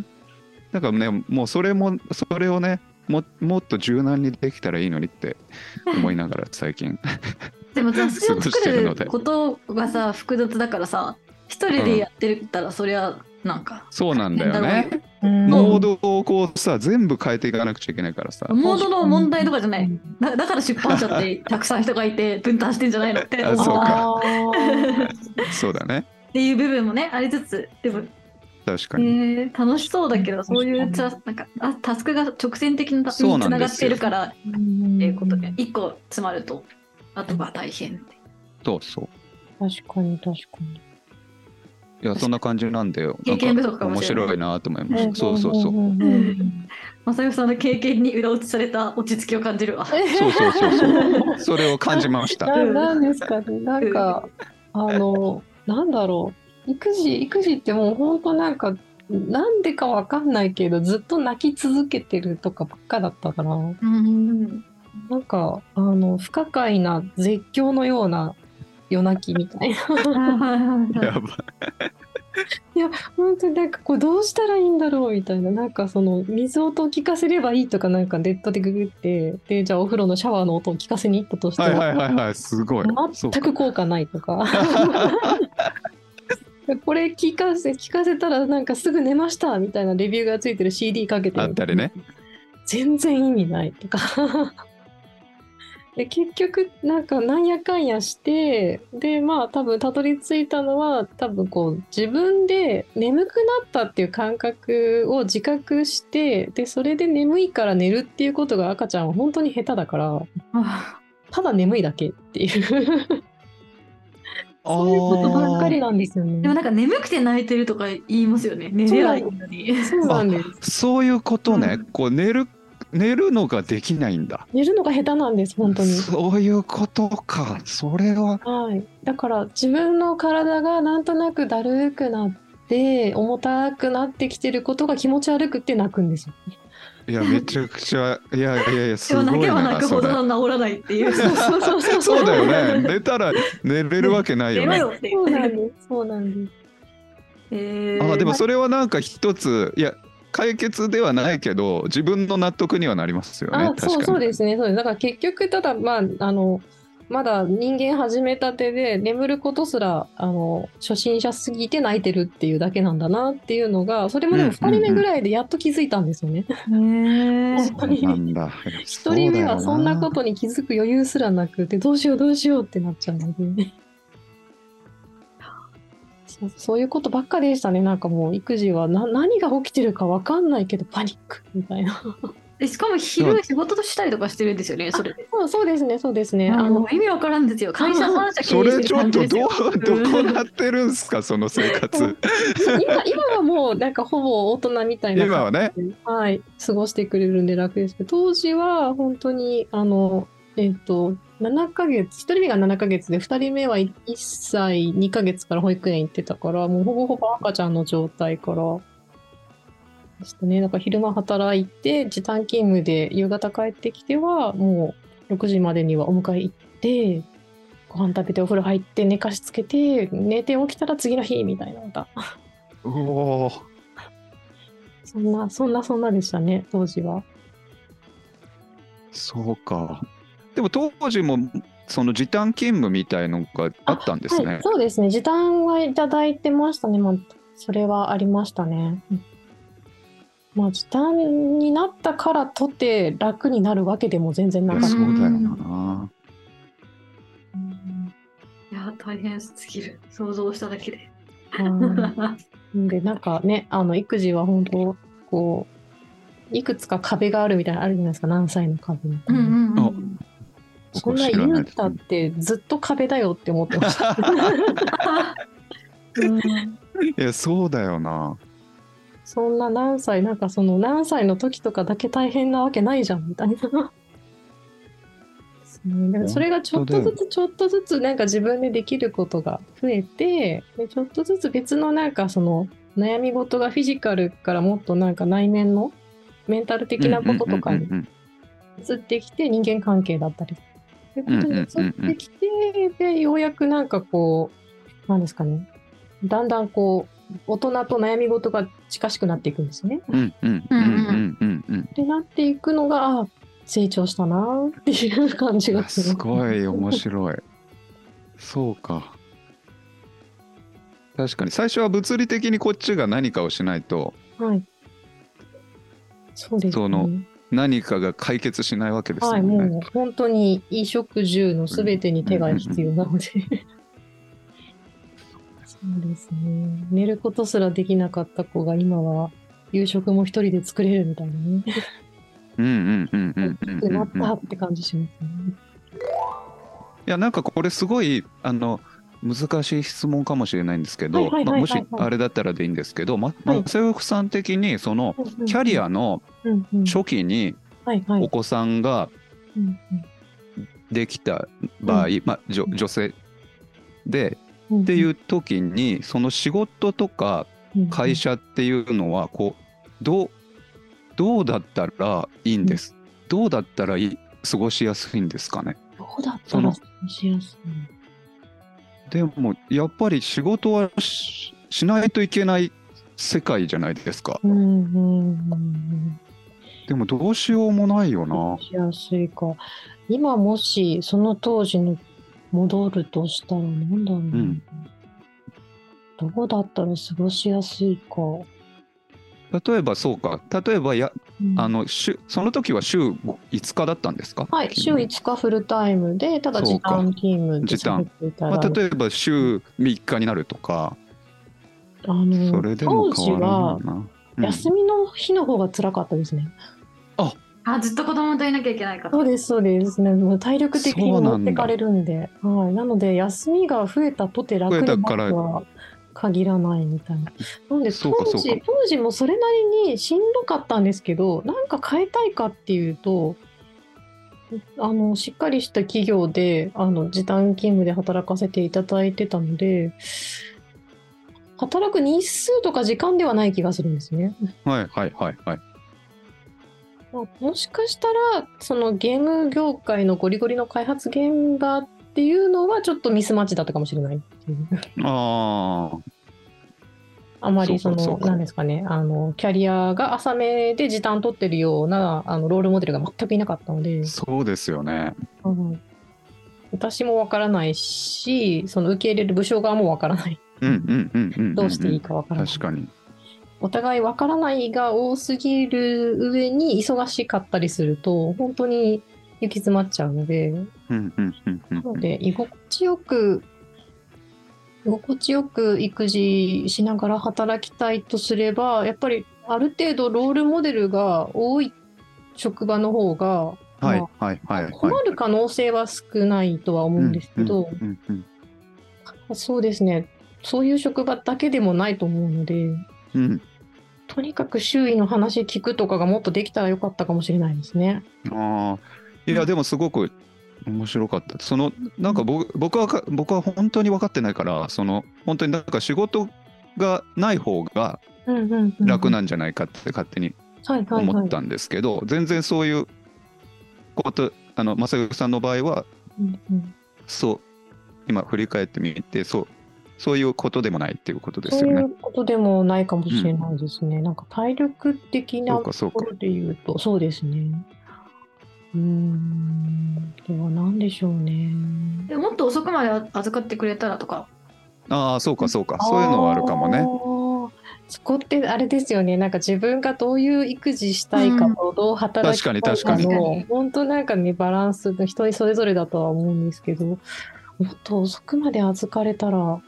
Speaker 1: だからねもうそれもそれをねももっと柔軟にできたらいいのにって思いながら最 近
Speaker 2: でも雑誌
Speaker 1: 過
Speaker 2: を
Speaker 1: ごして
Speaker 2: 作
Speaker 1: るの
Speaker 2: る
Speaker 1: で
Speaker 2: ことがさ複雑だからさ一人でやってたらそりゃなんか、
Speaker 1: そうなんだよ
Speaker 2: なん
Speaker 1: ね
Speaker 2: だろ
Speaker 3: うん
Speaker 1: モードをこうさ全部変えていかなくちゃいけないからさ
Speaker 2: うねモードの問題とかじゃな
Speaker 3: う
Speaker 2: い
Speaker 3: ん
Speaker 2: だ だから出版社ってたくさん人がいて分担してんじゃないのって
Speaker 1: あそうか
Speaker 3: あー
Speaker 1: そうだね
Speaker 2: っていう部分もねありつつでも、
Speaker 1: 確か
Speaker 2: え
Speaker 1: に、
Speaker 2: ー楽しそうだけどそういうつらなんかあタスクが直線的につ
Speaker 1: そうなんですよ
Speaker 2: ながってるからっ
Speaker 3: うん
Speaker 2: ていうことで一個詰まるとあとが大変って
Speaker 1: そうそう
Speaker 3: 確かに確かに。
Speaker 1: いやそんな感じなんだよ
Speaker 2: 経験不足
Speaker 1: な
Speaker 2: か
Speaker 1: ん
Speaker 2: も
Speaker 1: 面
Speaker 2: しれない
Speaker 1: 白いなと思いました、そうそうそう
Speaker 3: うんうんうん
Speaker 2: 正代さんの経験に裏打ちされた落ち着きを感じるわ。
Speaker 1: そうそうそうそう。それを感じました。
Speaker 3: ななんですかねなんかあのなんだろう育児育児ってもう本当なんかなんでかわかんないけどずっと泣き続けてるとかばっかだったからな
Speaker 2: うん
Speaker 3: んかあの不可解な絶叫のような夜泣きみたいな。
Speaker 2: はいはいはいはい
Speaker 1: やばい。
Speaker 3: 本当になんかこうどうしたらいいんだろうみたいななんかその水音を聞かせればいいとかなんかネットでググってでじゃあお風呂のシャワーの音を聞かせに行ったとしても、
Speaker 1: はいはいはいはい。すごい。そう
Speaker 3: 全く効果ないとか これ聞かせ聞かせたらなんかすぐ寝ましたみたいなレビューがついてる CD かけて
Speaker 1: あったりね。
Speaker 3: 全然意味ないとか で結局なんかなんやかんやしてでまあ多分たどり着いたのは多分こう自分で眠くなったっていう感覚を自覚してでそれで眠いから寝るっていうことが赤ちゃんは本当に下手だから
Speaker 2: あ
Speaker 3: ただ眠いだけっていう
Speaker 1: あ
Speaker 3: そういうことばっかり
Speaker 1: ー
Speaker 3: なんですよね
Speaker 2: でも。なんか眠くて泣いてるとか言いますよね。寝れないのに。
Speaker 3: そうなんです
Speaker 1: そういうことね、
Speaker 2: うん
Speaker 1: こう寝る寝るのができないんだ
Speaker 3: 寝るのが下手なんです本当に。
Speaker 1: そういうことかそれは
Speaker 3: はい、だから自分の体がなんとなくだるくなって重たくなってきてることが気持ち悪くて泣くんですよ。
Speaker 1: いやめちゃくちゃいやいやいやす
Speaker 2: で
Speaker 1: ごい
Speaker 2: も泣けば泣
Speaker 1: な
Speaker 2: く
Speaker 1: そ
Speaker 2: ほ
Speaker 1: れ
Speaker 2: ど治らないっていう。
Speaker 3: そうそうそう
Speaker 1: そうだ よね寝たら寝れるわけないよ
Speaker 2: 寝ろ
Speaker 1: ね
Speaker 2: よって
Speaker 3: そ
Speaker 2: 言っ
Speaker 3: う
Speaker 2: て
Speaker 3: なんです。そうなんです。
Speaker 2: えー
Speaker 1: あでもそれはなんか一ついや解決ではないけど自分の納得にはなりますよね
Speaker 3: あ、
Speaker 1: 確かに
Speaker 3: そうそうですね。そうです。だから結局ただまああのまだ人間始めたてで眠ることすらあの初心者すぎて泣いてるっていうだけなんだなっていうのがそれもでも2人目ぐらいでやっと気づいたんですよね。
Speaker 2: ね
Speaker 1: そうなんだ
Speaker 3: 1人目はそんなことに気づく余裕すらなくてどうしようどうしようってなっちゃうんだよ ね。そうそういうことばっかでしたねなんかもう育児はな何が起きてるか分かんないけどパニックみたいな
Speaker 2: えしかも昼仕事としたりとかしてるんですよね、それで。
Speaker 3: そうそうですねそうですね
Speaker 2: あ
Speaker 3: あ
Speaker 2: の
Speaker 3: の
Speaker 2: 意味わからんですよ。会社反社
Speaker 1: それちょっとどうど
Speaker 2: うん
Speaker 1: うなってるんす かその生活
Speaker 3: 今今はもうなんかほぼ大人みたいな
Speaker 1: 今はね
Speaker 3: はい、過ごしてくれるんで楽ですけど当時は本当にあのえっ、と7ヶ月1人目が7ヶ月で2人目は1歳2ヶ月から保育園行ってたからもうほぼほぼ赤ちゃんの状態からでしたねなんか昼間働いて時短勤務で夕方帰ってきてはもう6時までにはお迎え行ってご飯食べてお風呂入って寝かしつけて寝て起きたら次の日みたいなのが
Speaker 1: おおー
Speaker 3: そんなそんなそんなでしたね当時は。
Speaker 1: そうかでも当時もその時短勤務みたいのがあったんです
Speaker 3: は
Speaker 1: ね
Speaker 3: い、そうですね。時短はいただいてましたね。まあ、それはありましたね。うんまあ、時短になったからとて楽になるわけでも全然
Speaker 1: い
Speaker 3: なか
Speaker 1: や
Speaker 3: っ
Speaker 1: そ
Speaker 3: た。
Speaker 1: うだよな
Speaker 2: うんいや、大変すぎる。想像しただけで。
Speaker 3: うんうんで、なんかね、あの、育児は本当、こう、いくつか壁があるみたいなのあるじゃないですか。何歳の壁みた
Speaker 2: う
Speaker 3: い
Speaker 2: ん
Speaker 3: な。
Speaker 2: う
Speaker 1: あ
Speaker 2: んうん。
Speaker 3: そんな
Speaker 1: 知ら
Speaker 3: 言
Speaker 1: な
Speaker 3: う
Speaker 1: いです
Speaker 3: たってずっと壁だよって思ってました。
Speaker 1: いやそうだよな
Speaker 3: そんな何歳、なんかその何歳の時とかだけ大変なわけないじゃんみたいな。そうだからそれがちょっとずつちょっとずつなんか自分でできることが増えてでちょっとずつ別のなんかその悩み事がフィジカルからもっとなんか内面のメンタル的なこととか
Speaker 1: うん
Speaker 3: に
Speaker 1: うんうんうん
Speaker 3: 移ってきて人間関係だったりということに移ってきてでようやくなんかこうなんですかねだんだんこう大人と悩み事が近しくなっていくんですね。
Speaker 1: うんうんうんうんうんうん
Speaker 3: ってなっていくのがあ成長したなっていう感じがする。
Speaker 1: すごい面白い。そうか。確かに最初は物理的にこっちが何かをしないと
Speaker 3: はい。そうです、ね。
Speaker 1: その何かが解決しないわけですよ
Speaker 3: はい、
Speaker 1: ね。
Speaker 3: もう本当に衣食住のすべてに手が必要なので。そうですね。寝ることすらできなかった子が今は夕食も一人で作れるみたいなね。
Speaker 1: うんうんうんうんうん
Speaker 3: 大きくなっ
Speaker 1: うんうん。
Speaker 3: た
Speaker 1: い
Speaker 3: って感じしますね。
Speaker 1: やなんかこれすごいあの難しい質問かもしれないんですけ
Speaker 3: は
Speaker 1: ど、
Speaker 3: いはいはい
Speaker 1: まあもし
Speaker 3: はいはい
Speaker 1: あれだったらでいいんですけど、ま、ま
Speaker 3: は
Speaker 1: あ
Speaker 3: い
Speaker 1: 正福さん的にそのキャリアの
Speaker 3: うんうん、
Speaker 1: 初期に
Speaker 3: はいは
Speaker 1: お
Speaker 3: い。
Speaker 1: 子さんが
Speaker 3: うんうん
Speaker 1: できた場合、まあ女女性で
Speaker 3: うん
Speaker 1: っていう時にその仕事とか会社っていうのはこうどうどうだったらいいんです、どうだったらいい過ごしやすいんですかね
Speaker 3: どうだったらしやすい
Speaker 1: でもやっぱり仕事はししないといけない世界じゃないですか
Speaker 3: のうんうんうん
Speaker 1: でもどうしようもないよな
Speaker 3: しやすいか。今もしその当時に戻るとしたら何だろう、
Speaker 1: ん
Speaker 3: どうだったら過ごしやすいか。
Speaker 1: 例えばそうか例えばやあの週その時は週5日だったんですか
Speaker 3: はい、週5日フルタイムで、ただ時短勤務で
Speaker 1: 時短
Speaker 3: させていただい
Speaker 1: ま
Speaker 3: て
Speaker 1: あ、例えば週3日になるとか、
Speaker 3: あの
Speaker 1: それで
Speaker 3: 当
Speaker 1: も
Speaker 3: 時
Speaker 1: 変わら
Speaker 3: は
Speaker 1: ないな。うん
Speaker 3: 休みの日の方が辛かったですね。
Speaker 2: あずっと子供といなきゃいけないから
Speaker 3: そうですそうです、ね、もう体力的に
Speaker 1: そうな
Speaker 3: 持
Speaker 1: ん
Speaker 3: っ
Speaker 1: だ
Speaker 3: てかれるんではい、なので休みが増えたとて楽
Speaker 1: 増え
Speaker 3: に
Speaker 1: た
Speaker 3: な
Speaker 1: から
Speaker 3: るとは限らないみたいな。なんで
Speaker 1: そうか
Speaker 3: 当
Speaker 1: そうか
Speaker 3: 時当時もそれなりにしんどかったんですけどなんか変えたいかっていうとあのしっかりした企業であの時短勤務で働かせていただいてたので働く日数とか時間ではない気がするんですね。
Speaker 1: はいはいはいはい。
Speaker 3: まあ、もしかしたらそのゲーム業界のゴリゴリの開発現場っていうのはちょっとミスマッチだったかもしれないっていう
Speaker 1: ああ、
Speaker 3: あまり
Speaker 1: そ
Speaker 3: そう
Speaker 1: か
Speaker 3: の
Speaker 1: そうか
Speaker 3: なんですかねあのキャリアが浅めで時短取ってるようなあのロールモデルが全くいなかったので、
Speaker 1: そうですよね。
Speaker 3: うん私もわからないしその受け入れる部署側もわからない
Speaker 1: うんうんうんうんんん
Speaker 3: どうしていいかわからない、
Speaker 1: 確かに。
Speaker 3: お互いわからないが多すぎる上に忙しかったりすると本当に行き詰まっちゃうので
Speaker 1: うんうんうんうん
Speaker 3: な
Speaker 1: う
Speaker 3: の
Speaker 1: ん。
Speaker 3: で居心地よく居心地よく育児しながら働きたいとすればやっぱりある程度ロールモデルが多い職場の方が、
Speaker 1: はい
Speaker 3: ま
Speaker 1: はいはい
Speaker 3: あ
Speaker 1: はい。
Speaker 3: 困る可能性は少ないとは思うんですけど、
Speaker 1: うんうん
Speaker 3: そうですねそういう職場だけでもないと思うので
Speaker 1: うんうん
Speaker 3: とにかく周囲の話聞くとかがもっとできたらよかったかもしれないですね。
Speaker 1: ああいやでもすごく面白かったそのなんか僕僕はか僕は本当に分かってないからその本当になんか仕事がない方が
Speaker 3: うんうんうん
Speaker 1: 楽なんじゃないかって勝手に
Speaker 3: はいはいはい
Speaker 1: 思ったんですけど、全然そういうことあの正幸さんの場合は
Speaker 3: うんうん
Speaker 1: そう今振り返ってみてそうそういうことでもないっていうことです
Speaker 3: そう
Speaker 1: よ
Speaker 3: い
Speaker 1: ね。
Speaker 3: うことでもないかもしれないですね。なんか体力的な
Speaker 1: そうかそう
Speaker 3: とこ
Speaker 1: か
Speaker 3: ろで言うと、そうですね。うーん、では何でしょうね。
Speaker 2: でもっと遅くまで預かってくれたらとか
Speaker 1: ああそうかそうかそういうのはあるかも
Speaker 3: あ
Speaker 1: ね。
Speaker 3: ー。そこってあれですよね。なんか自分がどういう育児したいかと、どう働きたい
Speaker 1: 確か
Speaker 3: か
Speaker 1: に
Speaker 2: 確か
Speaker 3: の
Speaker 2: に、
Speaker 3: 本当なんかね、バランスが人それぞれだとは思うんですけど、もっと遅くまで預かれたら、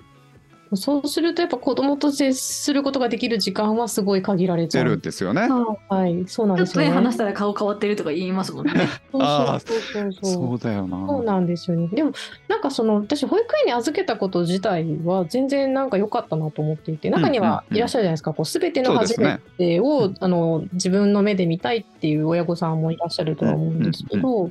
Speaker 3: そうするとやっぱ子供と接することができる時間はすごい限られち
Speaker 1: 出
Speaker 3: ゃ
Speaker 1: るん
Speaker 3: う。
Speaker 1: ですよね。
Speaker 3: はい、そうなん
Speaker 2: ちょ
Speaker 3: で
Speaker 2: っ
Speaker 3: す
Speaker 2: と
Speaker 3: よ
Speaker 2: 目
Speaker 3: ね。
Speaker 2: 離したら顔変わってるとか言いますもんね
Speaker 3: そう
Speaker 1: あー
Speaker 3: そうそうそうそう
Speaker 1: そうだよな。
Speaker 3: そうなんですよね。でも、なんかその、私、保育園に預けたこと自体は、全然なんか良かったなと思っていて、中には
Speaker 1: うんうんうん
Speaker 3: いらっしゃるじゃないですか、こう、すべての
Speaker 1: そうです
Speaker 3: 初め
Speaker 1: ね。
Speaker 3: てを、
Speaker 1: うん
Speaker 3: あの、自分の目で見たいっていう親御さんもいらっしゃるとは思うんですけど、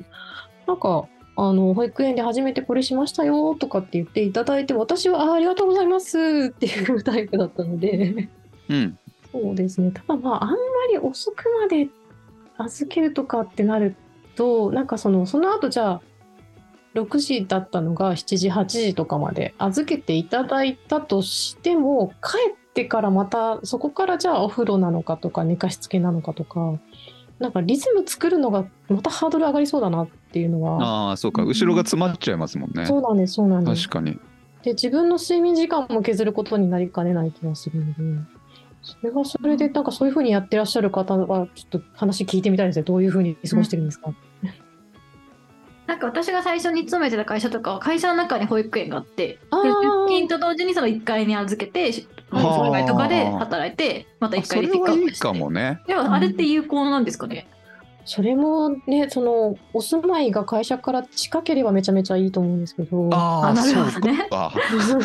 Speaker 3: なんか、あの、保育園で初めてこれしましたよとかって言っていただいて、私は、あーありがとうございますっていうタイプだったので、
Speaker 1: うん
Speaker 3: そうですね。ただまあ、あんまり遅くまで預けるとかってなると、なんかその、その後じゃあ、6時だったのが7時、8時とかまで預けていただいたとしても、帰ってからまた、そこからじゃあお風呂なのかとか、寝かしつけなのかとか、なんかリズム作るのがまたハードル上がりそうだなっていうのは、
Speaker 1: ああそうか後ろが詰まっちゃいますもんね。
Speaker 3: そうなんです、そうなんです
Speaker 1: 確。かに。
Speaker 3: で自分の睡眠時間も削ることになりかねない気がするので、それはそれで、なんかそういうふうにやってらっしゃる方は、ちょっと話聞いてみたいですね。どういうふうに過ごしてるんですか。
Speaker 2: なんか私が最初に勤めてた会社とかは会社の中に保育園があって
Speaker 3: あー
Speaker 2: で出勤と同時にその1階に預けて
Speaker 1: あー
Speaker 2: 1階とかで働いてまた
Speaker 1: あ
Speaker 2: 1
Speaker 1: そ
Speaker 2: 階で
Speaker 1: れ
Speaker 2: ピック
Speaker 1: は
Speaker 2: ア
Speaker 1: い
Speaker 2: ッ
Speaker 1: い
Speaker 2: プして
Speaker 1: かもね。
Speaker 2: でもあれって有効なんですかね、
Speaker 3: それもね、その、お住まいが会社から近ければめちゃめちゃいいと思うんですけど、
Speaker 1: あ
Speaker 2: あ
Speaker 1: あ
Speaker 2: なる
Speaker 1: そう
Speaker 2: ほどね
Speaker 1: か。
Speaker 3: そう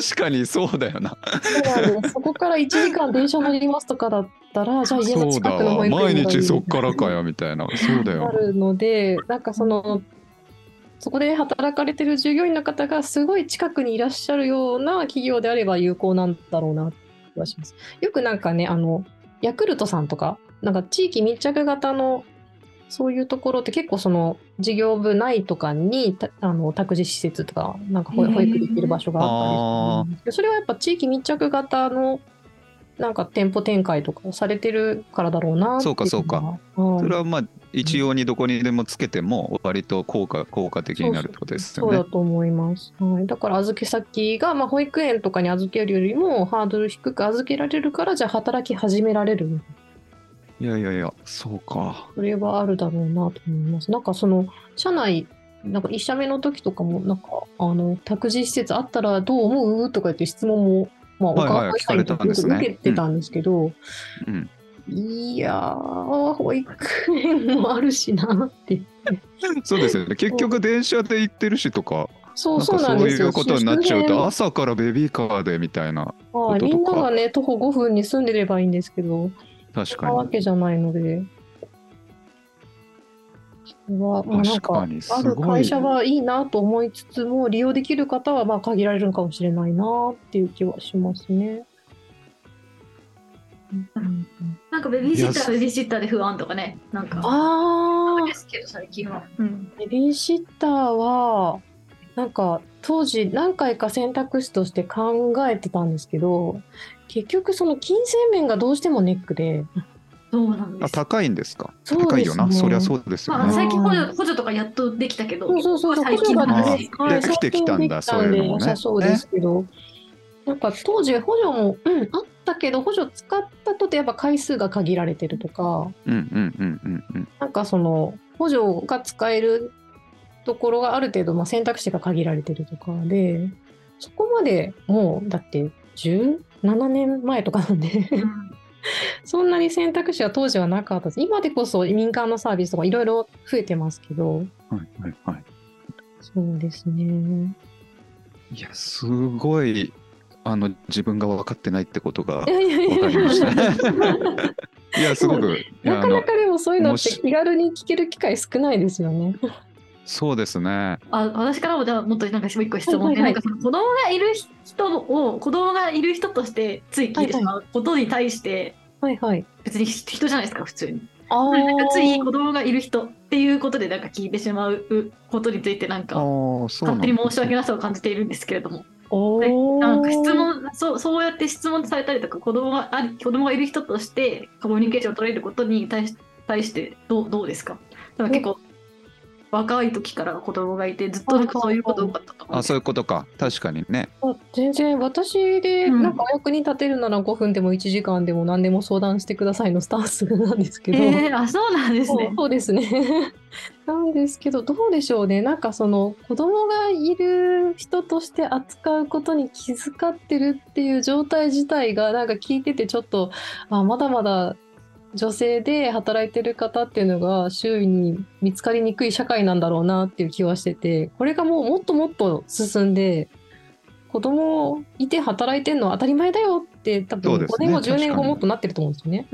Speaker 1: 確かにそうだよな。
Speaker 3: なんですそこから1時間電車乗りますとかだったら、じゃあ家
Speaker 1: そ
Speaker 3: の
Speaker 1: うだ
Speaker 3: 近くの保
Speaker 1: わ。
Speaker 3: 育園がい
Speaker 1: 毎
Speaker 3: い
Speaker 1: 日そっからかよみたいな。そうだ
Speaker 3: あ
Speaker 1: よ。
Speaker 3: るので、なんかその、そこで働かれてる従業員の方がすごい近くにいらっしゃるような企業であれば有効なんだろうなって気がします。よくなんかね、あの、ヤクルトさんとか、なんか地域密着型のそういうところって結構その事業部内とかにたあの託児施設とかなんか保
Speaker 2: へー
Speaker 3: 保育できる場所があったりするんですけどそれはやっぱ地域密着型のなんか店舗展開とかをされてるからだろうなってい
Speaker 1: そうかそうか
Speaker 3: のは。はい
Speaker 1: それはまあ一様にどこにでもつけても割と効果効果的になるってことですよ
Speaker 3: そう
Speaker 1: ね
Speaker 3: だ。と思います。はい、だから預け先が、まあ、保育園とかに預けるよりもハードル低く預けられるからじゃあ働き始められる
Speaker 1: いやいやいや、そうか。
Speaker 3: それはあるだろうなと思います。なんかその社内なんか1社目の時とかもなんかあの託児施設あったらどう思うとか言って質問も、まあ、お
Speaker 1: はいはい
Speaker 3: 母さんに
Speaker 1: 聞かれ
Speaker 3: よ
Speaker 1: たん
Speaker 3: く
Speaker 1: ですね
Speaker 3: 受けてたんですけど、
Speaker 1: うん。
Speaker 3: いやー保育園もあるしなって
Speaker 1: そうですよね。結局電車で行ってるしとか、な
Speaker 3: そ
Speaker 1: ん
Speaker 3: う
Speaker 1: か
Speaker 3: そうな
Speaker 1: そ
Speaker 3: ん
Speaker 1: う
Speaker 3: です
Speaker 1: い
Speaker 3: よ。
Speaker 1: うことになっちゃう
Speaker 3: 周
Speaker 1: と、
Speaker 3: 辺
Speaker 1: 朝からベビーカーでみたいな、
Speaker 3: は
Speaker 1: こととか
Speaker 3: みんながね徒歩5分に住んでればいいんですけど
Speaker 1: 確
Speaker 3: な
Speaker 1: か
Speaker 3: わ
Speaker 1: に。
Speaker 3: けじゃないので。それはまあなん
Speaker 1: 確か
Speaker 3: か
Speaker 1: にすごい
Speaker 3: ある会社はいいなと思いつつも利用できる方はまあ限られるのかもしれないなっていう気はしますね。うん
Speaker 2: なんかベビーシッターはベビーシッターで不安とかね。なんか。
Speaker 3: ああ
Speaker 2: ですけど最近は。うん。
Speaker 3: ベビーシッターはなんか当時何回か選択肢として考えてたんですけど結局その金銭面がどうしてもネックで
Speaker 2: そうなんで
Speaker 1: あ
Speaker 2: す。
Speaker 1: 高いんですか
Speaker 3: そうですね
Speaker 1: 高いよな。そりゃそうですよ
Speaker 2: まあ
Speaker 1: ね。
Speaker 2: 最近補助補助とかやっとできたけど。
Speaker 3: そうそうそうそう
Speaker 2: 最近の
Speaker 1: あ
Speaker 2: 話。
Speaker 1: ーできてきたんだ
Speaker 3: 最近で
Speaker 1: そういうの
Speaker 3: きたんで
Speaker 1: もね
Speaker 3: 良さそうですけど、なんか当時補助も、うん、あったけど補助使ったとてやっぱ回数が限られてるとか
Speaker 1: うんうんうんうんうん。
Speaker 3: なんかその補助が使えるところがある程度、まあ、選択肢が限られてるとかでそこまでもうだって17年前とかなんで
Speaker 2: うん
Speaker 3: そんなに選択肢は当時はなかったです今でこそ民間のサービスとかいろいろ増えてますけど
Speaker 1: はいはいはい。
Speaker 3: そうですね
Speaker 1: いや、すごい、あの、自分が分かってないってことが
Speaker 3: いやいやいや
Speaker 1: 分かりました。 いや、すごく、いや
Speaker 3: な
Speaker 1: あ
Speaker 3: かな
Speaker 1: の
Speaker 3: かでもそういうの
Speaker 1: も
Speaker 3: って
Speaker 1: し
Speaker 3: 気軽に聞ける機会少ないですよね。
Speaker 1: そうですね。
Speaker 2: あ私からもじゃあもっとなんかもう一個質問で、
Speaker 3: は
Speaker 2: ないんか
Speaker 3: はい
Speaker 2: その子供がいる人を子供がいる人としてつい聞いてしまうことに対して
Speaker 3: はいはい。
Speaker 2: 別に人じゃないですか普通に。
Speaker 3: あ
Speaker 2: なんかつい子供がいる人っていうことでなんか聞いてしまうことについてなん
Speaker 1: ああ
Speaker 2: か
Speaker 1: ー、そうな
Speaker 2: 勝
Speaker 1: ん
Speaker 2: 手
Speaker 1: だ
Speaker 2: に申し訳なさを感じているんですけれども
Speaker 3: お
Speaker 2: なんか質問そうそうやって質問されたりとか子供があ子供がいる人としてコミュニケーションを取れることに対し対してどうどうですかでも結構若い時から子供がいてずっとなんかそういうこと多かったと思う
Speaker 1: あ、そういうことか。確かにね。
Speaker 3: あ全然私で
Speaker 2: うん
Speaker 3: なんかお役に立てるなら5分でも1時間でも何でも相談してくださいのスタンスなんですけど、
Speaker 2: えー、あそうなんです
Speaker 3: そう
Speaker 2: ね。
Speaker 3: そうですね なんですけどどうでしょうねなんかその子供がいる人として扱うことに気遣ってるっていう状態自体がなんか聞いててちょっとあまだまだ女性で働いてる方っていうのが周囲に見つかりにくい社会なんだろうなっていう気はしててこれがもうもっともっと進んで子供いて働いてるのは当たり前だよって
Speaker 1: そ
Speaker 3: 多
Speaker 1: う
Speaker 3: 分5
Speaker 1: ですね
Speaker 3: 年後10年
Speaker 1: 確か
Speaker 3: 後
Speaker 1: に
Speaker 3: もっとなってると思うんですよね。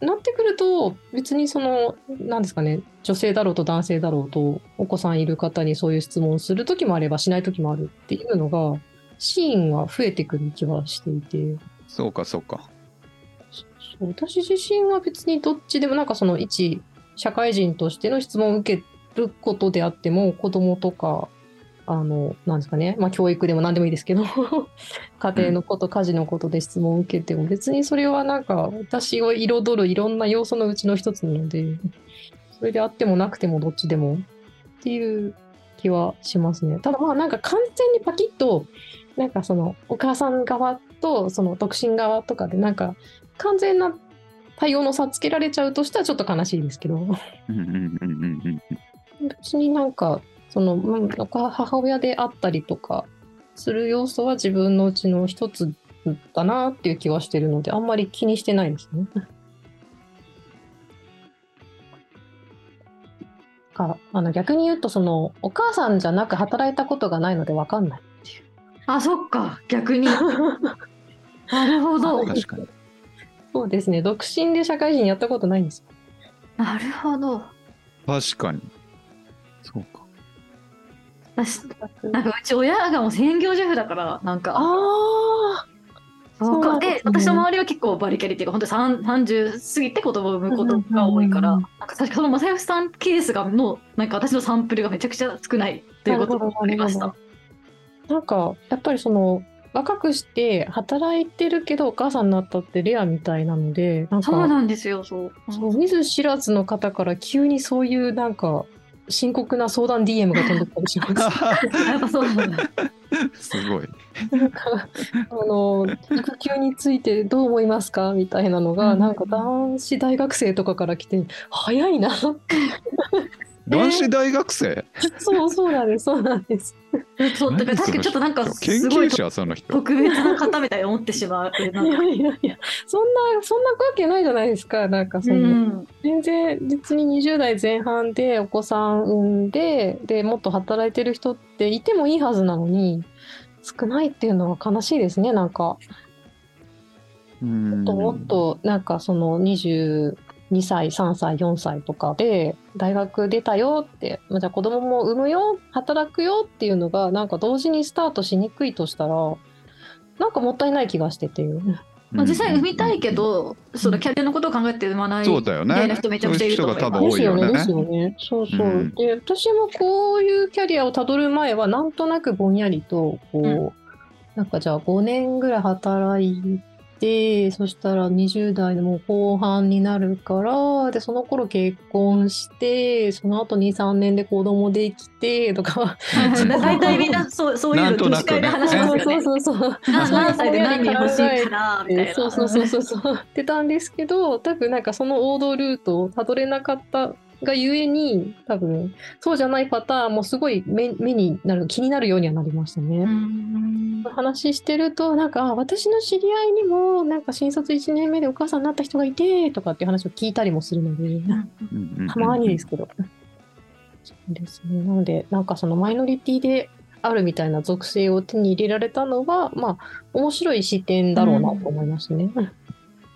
Speaker 3: なってくると別にその何ですかね女性だろうと男性だろうとお子さんいる方にそういう質問をする時もあればしない時もあるっていうのがシーンは増えてくる気はしていて。
Speaker 1: そうか、そうか。
Speaker 3: そう私自身は別にどっちでもなんかその一社会人としての質問を受けることであっても子供とかあのなんですかね、まあ、教育でも何でもいいですけど 家庭のこと家事のことで質問を受けても別にそれはなんか私を彩るいろんな要素のうちの一つなのでそれであってもなくてもどっちでもっていう気はしますね。ただまあなんか完全にパキッとなんかそのお母さん側とその独身側とかでなんか完全な対応の差つけられちゃうとしたらちょっと悲しいですけど
Speaker 1: うんうんうんうんうん。
Speaker 3: 別になんかそのうんお母母親であったりとかする要素は自分のうちの一つだなっていう気はしてるのであんまり気にしてないですね。かあの逆に言うとそのお母さんじゃなく働いたことがないので分かんない。
Speaker 2: あそっか逆 になるほど。
Speaker 1: 確かに。
Speaker 3: そうですね独身で社会人やったことないんですよ。
Speaker 2: なるほど。
Speaker 1: 確かに。そうか。
Speaker 2: 私なんかうち親がもう専業主婦だからなんか
Speaker 3: あそうなんですね
Speaker 2: で私の周りは結構バリキャリっていうか本当三30過ぎて子供を産むことが多いから、
Speaker 3: うんうん
Speaker 2: なんか確かその正義さんケースがのなんか私のサンプルがめちゃくちゃ少ないということになりまし
Speaker 3: なる
Speaker 2: た。
Speaker 3: あなんかやっぱりその若くして働いてるけどお母さんになったってレアみたいなのでなんか
Speaker 2: そうなんですよそう。
Speaker 3: そう見ず知らずの方から急にそう いうなんか深刻な相談 DM が飛んできたりします。
Speaker 2: やっぱそうなんだ。
Speaker 1: すごい。
Speaker 3: あの育休についてどう思いますかみたいなのが、
Speaker 2: うん
Speaker 3: なんか男子大学生とかから来て早いな
Speaker 1: 男子大学生、
Speaker 3: そうそうなんですそうなんです
Speaker 2: そうだから確かにちょっとなんか
Speaker 1: 研
Speaker 2: すごい
Speaker 1: 究者その人。
Speaker 2: 特別な方みたいに思ってしまう。
Speaker 3: い
Speaker 2: な
Speaker 3: や
Speaker 2: んか
Speaker 3: いやいやそんなそんなわけないじゃないですかなんかそ の、
Speaker 2: うん
Speaker 3: 全然別に20代前半でお子さん産んででもっと働いてる人っていてもいいはずなのに少ないっていうのは悲しいですねなんか。
Speaker 1: うん
Speaker 3: もっともっとなんかその22歳3歳4歳とかで大学出たよってまあじゃあ子供も産むよ働くよっていうのがなんか同時にスタートしにくいとしたらなんかもったいない気がしてて
Speaker 2: まあ、実際産みたいけど、そのキャリアのことを考えて産まない。
Speaker 1: そうだよ
Speaker 2: みた
Speaker 1: ね
Speaker 2: いな人めちゃくちゃいると思います
Speaker 1: そういう人が多分多いよね
Speaker 3: ですよねですよねそうそう、
Speaker 1: うん
Speaker 3: で私もこういうキャリアをたどる前はなんとなくぼんやりとこう、
Speaker 2: うん
Speaker 3: なんかじゃあ5年ぐらい働いてそしたら20代のもう後半になるからでその頃結婚してその後23年で子供できてと か
Speaker 2: はいはい大体みんなそうそういう
Speaker 1: な
Speaker 2: の
Speaker 1: んと
Speaker 2: 女
Speaker 1: な
Speaker 2: 子
Speaker 1: くね
Speaker 2: 会で話します
Speaker 3: そ
Speaker 2: よ
Speaker 3: う
Speaker 2: ね。
Speaker 3: そうそうそう
Speaker 2: な
Speaker 3: そう
Speaker 2: 何歳で何人欲しいからみたいな。
Speaker 3: そうそうそうそうそうってたんですけど多分なんかその王道ルートをたどれなかったがゆえに多分そうじゃないパターンもすごい目目になる気になるようにはなりました
Speaker 2: う
Speaker 3: ね。
Speaker 2: ん
Speaker 3: 話してるとなんかあ私の知り合いにもなんか新卒1年目でお母さんになった人がいてとかっていう話を聞いたりもするのでたまにですけど。そうですね。なので、なんかそのマイノリティであるみたいな属性を手に入れられたのは、まあ、面白い視点だろうなと思いますね。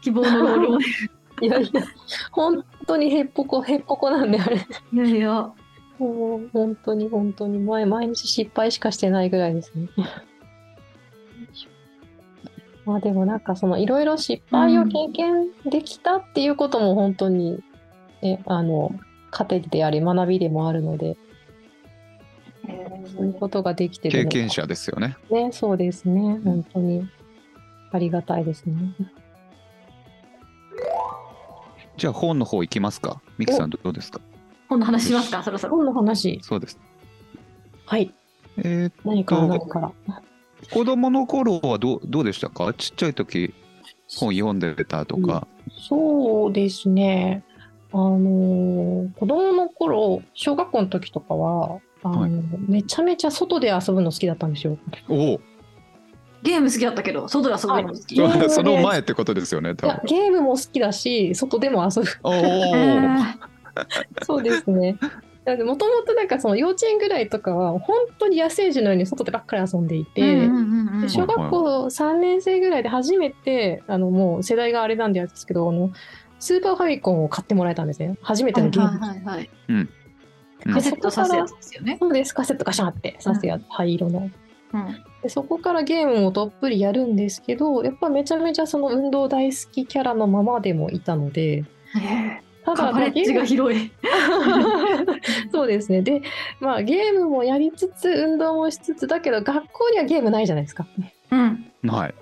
Speaker 2: 希望の労働。
Speaker 3: いやいや、本当にへっぽこ、へっぽこなんで、あれ。
Speaker 2: いやいや。
Speaker 3: もう、本当に本当に、毎毎日失敗しかしてないぐらいですね。まあでもなんかそのいろいろ失敗を経験できたっていうことも本当に、ね、あの、糧であり学びでもあるので、そういうことができてる
Speaker 1: 経
Speaker 3: のが
Speaker 1: 験者ですよね。
Speaker 3: ね、そうですね、本当にありがたいですね。
Speaker 1: じゃあ本の方行きますか。ミキさんどうですか。
Speaker 2: 今度話しますかそろそろ。
Speaker 3: 本の話、
Speaker 1: そうです。
Speaker 3: はい、
Speaker 1: えー、
Speaker 3: 何から何から。
Speaker 1: 子供の頃はどうどうでしたか。ちっちゃい時本読んでたとか。
Speaker 3: そうですね、あのー子供の頃、小学校の時とかは、あのーめちゃめちゃ外で遊ぶの好きだったんですよ。
Speaker 1: おお。
Speaker 2: ゲーム好きだったけど、外で遊ぶのも好き。
Speaker 3: は い
Speaker 1: その前ってことですよね。
Speaker 3: い
Speaker 1: 多
Speaker 3: や
Speaker 1: 分。
Speaker 3: ゲームも好きだし、外でも 遊ぶ。
Speaker 1: お
Speaker 2: え
Speaker 1: お。
Speaker 2: ー
Speaker 3: そうですね。なのでもともとなんかその幼稚園ぐらいとかは本当に野生児のように外でばっかり遊んでい
Speaker 2: うん
Speaker 3: て、
Speaker 2: うんうんうん
Speaker 3: で小学校3年生ぐらいで初めてあのもう世代があれなんであれですけどあのスーパーファミコンを買ってもらえたんですね初めてのゲーム、
Speaker 2: はいはいはいはい。
Speaker 1: うん
Speaker 2: カセットさせやつですよね。
Speaker 3: そうですカセットガシャンってさすや灰色の
Speaker 2: うん
Speaker 3: でそこからゲームをどっぷりやるんですけどやっぱめちゃめちゃその運動大好きキャラのままでもいたので
Speaker 2: え
Speaker 3: た
Speaker 2: ーカ
Speaker 3: だ
Speaker 2: バレッジが
Speaker 3: ゲ
Speaker 2: 広い。
Speaker 3: ーム そうですねでまあゲームもやりつつ運動もしつつだけど学校にはゲームないじゃないですか
Speaker 2: うん。
Speaker 1: はい。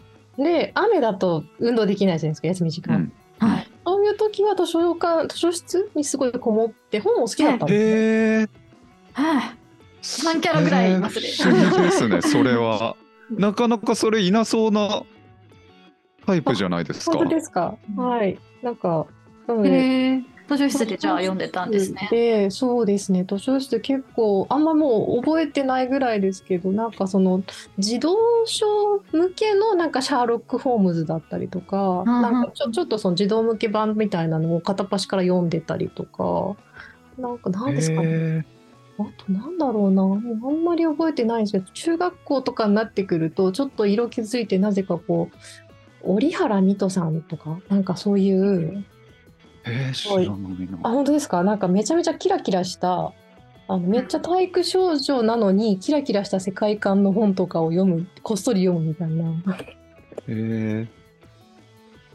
Speaker 3: で雨だと運動できないじゃないですか休み時
Speaker 1: う
Speaker 3: 間、
Speaker 1: ん。
Speaker 2: はい。
Speaker 3: そういう時は図書館、図書室にすごいこもって本を好きだったんですよ。
Speaker 1: へえ。
Speaker 2: はい。何キャラぐらいいますね
Speaker 1: えー不思議ですね。それは。なかなかそれいなそうな。タイプじゃないですか。
Speaker 3: 本当ですか、
Speaker 2: うん
Speaker 3: はい。なんか、なの
Speaker 2: へ
Speaker 3: で、
Speaker 2: え図書室でじゃあ読んでたんですね。
Speaker 3: で、そうですね、図書室結構、あんまもう覚えてないぐらいですけど、なんかその、児童書向けのなんかシャーロック・ホームズだったりとか、
Speaker 2: んうん
Speaker 3: なんかちょちょっとその児童向け版みたいなのを片っ端から読んでたりとか、なんか何ですかね。
Speaker 1: へ
Speaker 3: あとなんだろうな、もうあんまり覚えてないんですけど、中学校とかになってくると、ちょっと色気づいて、なぜかこう、折原美都さんとか、なんかそういう、
Speaker 1: え。へえ。知らないな
Speaker 3: あ、本当ですか、なんかめちゃめちゃキラキラした、あのめっちゃ体育少女なのに、キラキラした世界観の本とかを読む、こっそり読むみたいな。
Speaker 1: ええ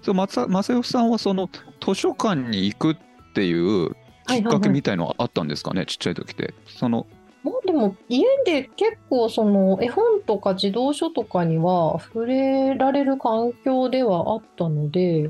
Speaker 1: そう松正義さんはその図書館に行くっていうきっかけみたいのあったんですかね、ちっちゃい時って。その
Speaker 3: まあでも家で結構その絵本とか児童書とかには触れられる環境ではあったので、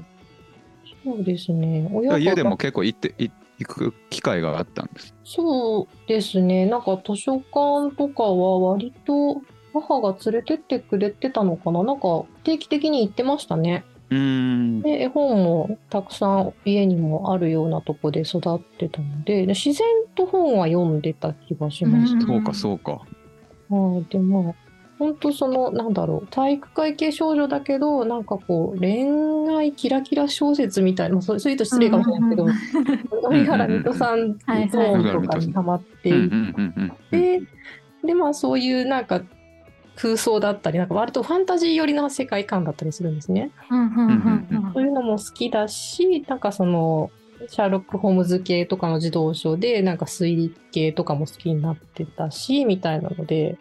Speaker 3: そうですね。親が
Speaker 1: 家でも結構行ってい行く機会があったんです。
Speaker 3: そうですね。なんか図書館とかは割と母が連れてってくれてたのかななんか定期的に行ってましたね
Speaker 1: うーん。
Speaker 3: で絵本もたくさん家にもあるようなとこで育ってたのでで自然と本は読んでた気がしました、
Speaker 1: そうか、そうか。
Speaker 3: はいでまあ本当そのなんだろう体育会系少女だけどなんかこう恋愛キラキラ小説みたいな、まあ、そうそういうと失礼かもしれないけど上原水戸さん
Speaker 2: はいはい
Speaker 3: ゾーンとかにハマって
Speaker 1: うんうん
Speaker 3: い
Speaker 1: うんうん。
Speaker 3: てでまあそういうなんか空想だったりなんか割とファンタジー寄りな世界観だったりするんですね。
Speaker 2: うんうんうん
Speaker 3: そういうのも好きだし、なんかその、シャーロック・ホームズ系とかの児童書で、なんか推理系とかも好きになってたし、みたいなので、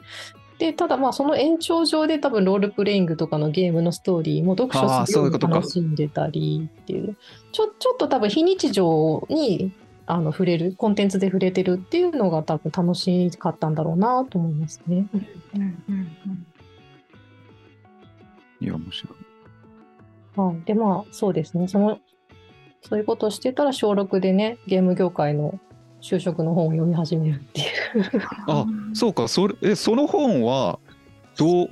Speaker 3: で、ただまあその延長上で多分ロールプレイングとかのゲームのストーリーも読
Speaker 1: あ
Speaker 3: 書
Speaker 1: ー
Speaker 3: する
Speaker 1: そ
Speaker 3: よ
Speaker 1: ういう
Speaker 3: う
Speaker 1: こ
Speaker 3: に
Speaker 1: とか
Speaker 3: 楽しんでたりっていう、ちょ、ちょっと多分非日常にあの触れる、コンテンツで触れてるっていうのが多分楽しかったんだろうなと思いますね。
Speaker 2: うんうん
Speaker 1: いや、面白い。
Speaker 3: はい、でまあそうですねそのそういうことをしてたら小6でねゲーム業界の就職の本を読み始めるっていう
Speaker 1: あ、そうか、それ、え、その本は。どう。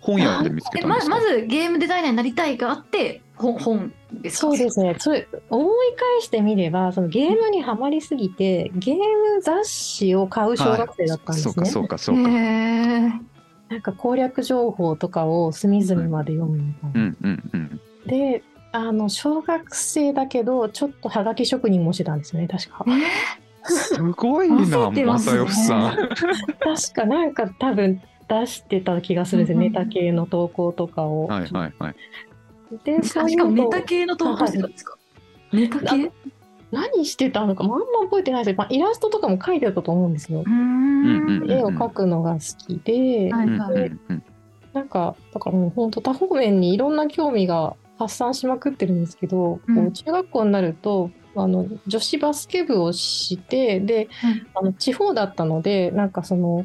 Speaker 1: 本屋で見つけ
Speaker 2: え
Speaker 1: たんで
Speaker 2: ます
Speaker 1: か。
Speaker 2: まずゲームデザイナーになりたいがあって本本ですか
Speaker 3: そうです ねそれ思い返してみればそのゲームにはまりすぎてゲーム雑誌を買う小学生だったんです
Speaker 1: そう
Speaker 3: ね、
Speaker 1: か、そうか、そうか。
Speaker 2: へー
Speaker 3: なんか攻略情報とかを隅々まで読むみたいな、
Speaker 1: うん、うん、うん。
Speaker 3: であの小学生だけどちょっとはがき職人もしてたんですよね 確か
Speaker 2: え
Speaker 1: すごいな、
Speaker 2: 焦ってま
Speaker 1: 正
Speaker 2: すね
Speaker 1: 義さん。
Speaker 3: 確かなんか多分出してた気がするんですよ
Speaker 2: うんう
Speaker 3: ネ
Speaker 2: ん
Speaker 3: タ系の投稿とかを、
Speaker 1: はい、はい、はい。
Speaker 3: で
Speaker 2: し
Speaker 3: そうい
Speaker 2: し
Speaker 3: う
Speaker 2: かも
Speaker 3: の
Speaker 2: ネ
Speaker 3: を
Speaker 2: タ系の投稿してたんですかネタ系う
Speaker 3: 何してたのかもあんま覚えてないですけど、まあ、イラストとかも描いてたと思うんですよ
Speaker 2: ー。ん
Speaker 1: うんうん
Speaker 3: 絵を描くのが好きで、
Speaker 2: は
Speaker 1: う
Speaker 2: い
Speaker 1: ん、
Speaker 2: はい
Speaker 1: うん、うん。
Speaker 3: なんかだからもう本当多方面にいろんな興味が発散しまくってるんですけど、
Speaker 2: うん
Speaker 3: こう中学校になるとあの女子バスケ部をしてで、
Speaker 2: うん
Speaker 3: あの地方だったのでなんかその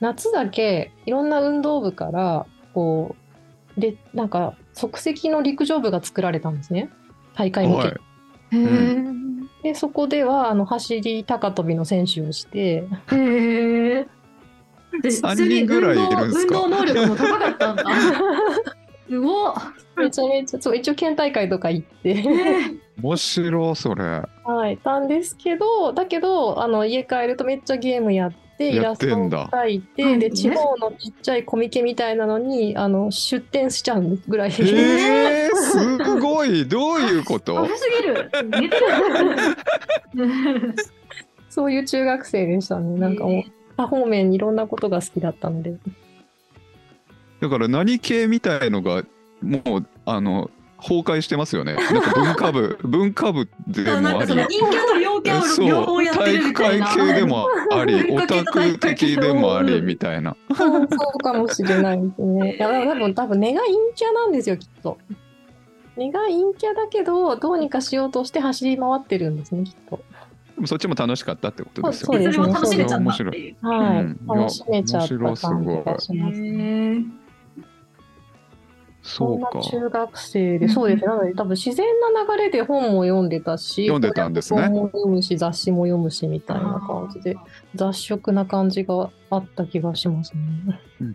Speaker 3: 夏だけいろんな運動部からこうでなんか即席の陸上部が作られたんですね大会向
Speaker 1: は
Speaker 3: け
Speaker 1: い。
Speaker 2: へえ
Speaker 3: でそこではあの走り高跳びの選手をして
Speaker 2: へえ
Speaker 1: 三人ぐらいいるんすか
Speaker 2: 運動運動能力も高かった んだすごっ
Speaker 3: めちゃめちゃそう一応県大会とか 行って、
Speaker 2: え
Speaker 1: 面白い、それ。
Speaker 3: はい、たんですけどだけどあの家帰るとめっちゃゲームやってイ
Speaker 1: や
Speaker 3: ラ
Speaker 1: っ
Speaker 3: ス
Speaker 1: て
Speaker 3: ト
Speaker 1: ん
Speaker 3: を
Speaker 1: だ
Speaker 3: 描いて
Speaker 2: はい
Speaker 3: で
Speaker 2: ね
Speaker 3: 地方のちっちゃいコミケみたいなのにあの出店しちゃうぐらい、
Speaker 1: えー、すごい、どういうこと
Speaker 2: 危。すぎる寝てる
Speaker 3: そういう中学生でしたねなんかもう多方面にいろんなことが好きだったので
Speaker 1: だから、何系みたいのが、もう、あの。崩壊してますよね。なんか文化部、文化部で
Speaker 2: あな
Speaker 1: も
Speaker 2: ん
Speaker 1: あり
Speaker 2: かそ。の陰キャと陽キャを両方やって
Speaker 1: 体
Speaker 2: る
Speaker 1: 育
Speaker 2: みたい
Speaker 1: 会
Speaker 2: な、
Speaker 1: 系でもあり
Speaker 2: 追
Speaker 1: オ
Speaker 2: っかけ
Speaker 1: タク
Speaker 2: た体育会
Speaker 1: 的
Speaker 2: 系
Speaker 1: でもあり
Speaker 2: うん
Speaker 1: みたいな。
Speaker 3: そうそうかもしれないです ね。いやでも多分多分根が陰キャなんですよきっと。根が陰キャだけどどうにかしようとして走り回ってるんですねきっと。
Speaker 1: そっちも楽しかったってことですよ
Speaker 3: そう
Speaker 1: ね。
Speaker 3: で
Speaker 2: そ
Speaker 3: す
Speaker 2: れも楽しめちゃったって
Speaker 1: 面白
Speaker 2: いう。
Speaker 3: はい。
Speaker 1: うんいや
Speaker 3: 楽しめちゃった感
Speaker 1: 面白すごい
Speaker 3: じがします、ね。
Speaker 2: へー
Speaker 1: そ
Speaker 3: そ
Speaker 1: うん
Speaker 3: な
Speaker 1: か。
Speaker 3: 中学生で、そうですね。なので、多分自然な流れで本も読んでたし、
Speaker 1: 読んでたんですね
Speaker 3: 本も読むし、雑誌も読むし、みたいな感じで、雑食な感じがあった気がしますね。
Speaker 1: うん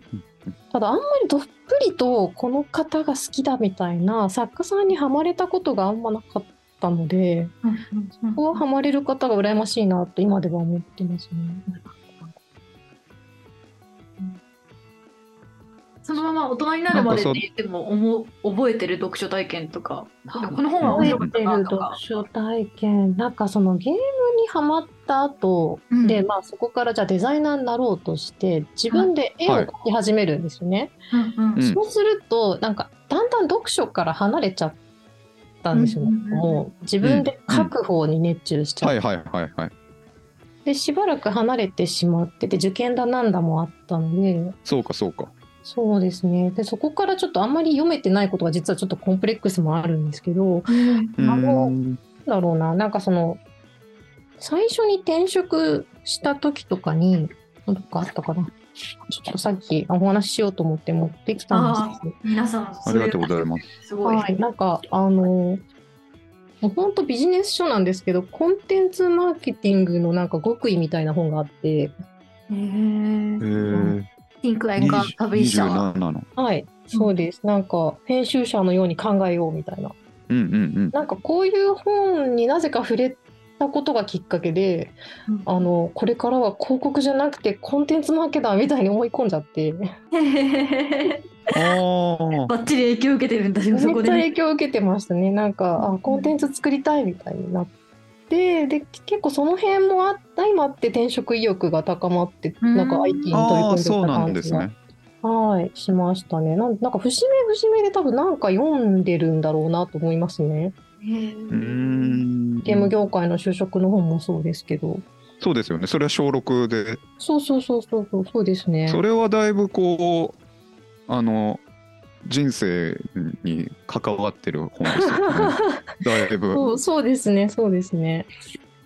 Speaker 3: ただ、あんまりどっぷりとこの方が好きだみたいな作家さんにはまれたことがあんまなかったので、
Speaker 2: うんうんうん
Speaker 3: ここはハマれる方が羨ましいなって今では思ってますね。
Speaker 2: そのまま大人になるまでって言っても思う覚えてる読書体験とか、この本は
Speaker 3: 覚
Speaker 2: 面
Speaker 3: え
Speaker 2: 白かった
Speaker 3: てる
Speaker 2: なと
Speaker 3: 読
Speaker 2: か。
Speaker 3: 書体験なんかそのゲームにはまった後、
Speaker 2: うん
Speaker 3: でまあそこからじゃあデザイナーになろうとして自分で絵を
Speaker 1: はい
Speaker 3: 描き始めるんですよね、
Speaker 2: うんうん
Speaker 1: うん
Speaker 3: そうするとなんかだんだん読書から離れちゃったんですよ、
Speaker 2: うんうんうん
Speaker 3: もう自分で描く方に熱中しちゃって、
Speaker 1: はいはいはいはい。
Speaker 3: でしばらく離れてしまってて受験だなんだもあったので
Speaker 1: そうかそうか。
Speaker 3: そうですねでそこからちょっとあんまり読めてないことが実はちょっとコンプレックスもあるんですけど、
Speaker 2: うん
Speaker 1: うーん
Speaker 3: なんだろうな、なんかその、最初に転職した時とかに、どっかあったかな。ちょっとさっきお話ししようと思って持ってきたんですけど、
Speaker 2: 皆さん、
Speaker 1: ありがとうございます。
Speaker 2: す。すごい。
Speaker 3: はい、なんか、あの、もうほんとビジネス書なんですけど、コンテンツマーケティングのなんか極意みたいな本があって、
Speaker 2: へー
Speaker 1: へえ。
Speaker 2: ピンクアイがパブリッ
Speaker 1: 二
Speaker 2: シ
Speaker 1: 十
Speaker 2: ャーは。
Speaker 1: 七の。
Speaker 3: はい、そうです。なんか編集者のように考えようみたいな。
Speaker 1: うん うん
Speaker 3: なんかこういう本になぜか触れたことがきっかけで、
Speaker 2: うん
Speaker 3: あのこれからは広告じゃなくてコンテンツマーケターみたいに思い込んじゃって、めっ
Speaker 1: うん。おお。
Speaker 2: バッチリ影響を受けてるんだ
Speaker 3: ち
Speaker 2: よ、
Speaker 3: ゃ
Speaker 2: そこでね、
Speaker 3: 影響を受けてましたね。なんかあコンテンツ作りたいみたいになって、で結構その辺もあった今って転職意欲が高まって、
Speaker 2: うん
Speaker 3: なんか IT に取り
Speaker 1: あ
Speaker 3: 組ん
Speaker 1: あ、
Speaker 3: で
Speaker 1: そう
Speaker 3: た
Speaker 1: なん
Speaker 3: 感
Speaker 1: で
Speaker 3: じ
Speaker 1: す
Speaker 3: が
Speaker 1: ね。
Speaker 3: はいしましたね。なんなんか節目節目で多分なんか読んでるんだろうなと思いますね。
Speaker 1: うーん。
Speaker 3: ゲーム業界の就職の本もそうですけど。
Speaker 1: そうですよね。それは小六で、
Speaker 3: そうそうそうそうそうそうですね。
Speaker 1: それはだいぶこうあの人生に関わってる本ですよね。だいぶ。
Speaker 3: そうそうですねそうですね。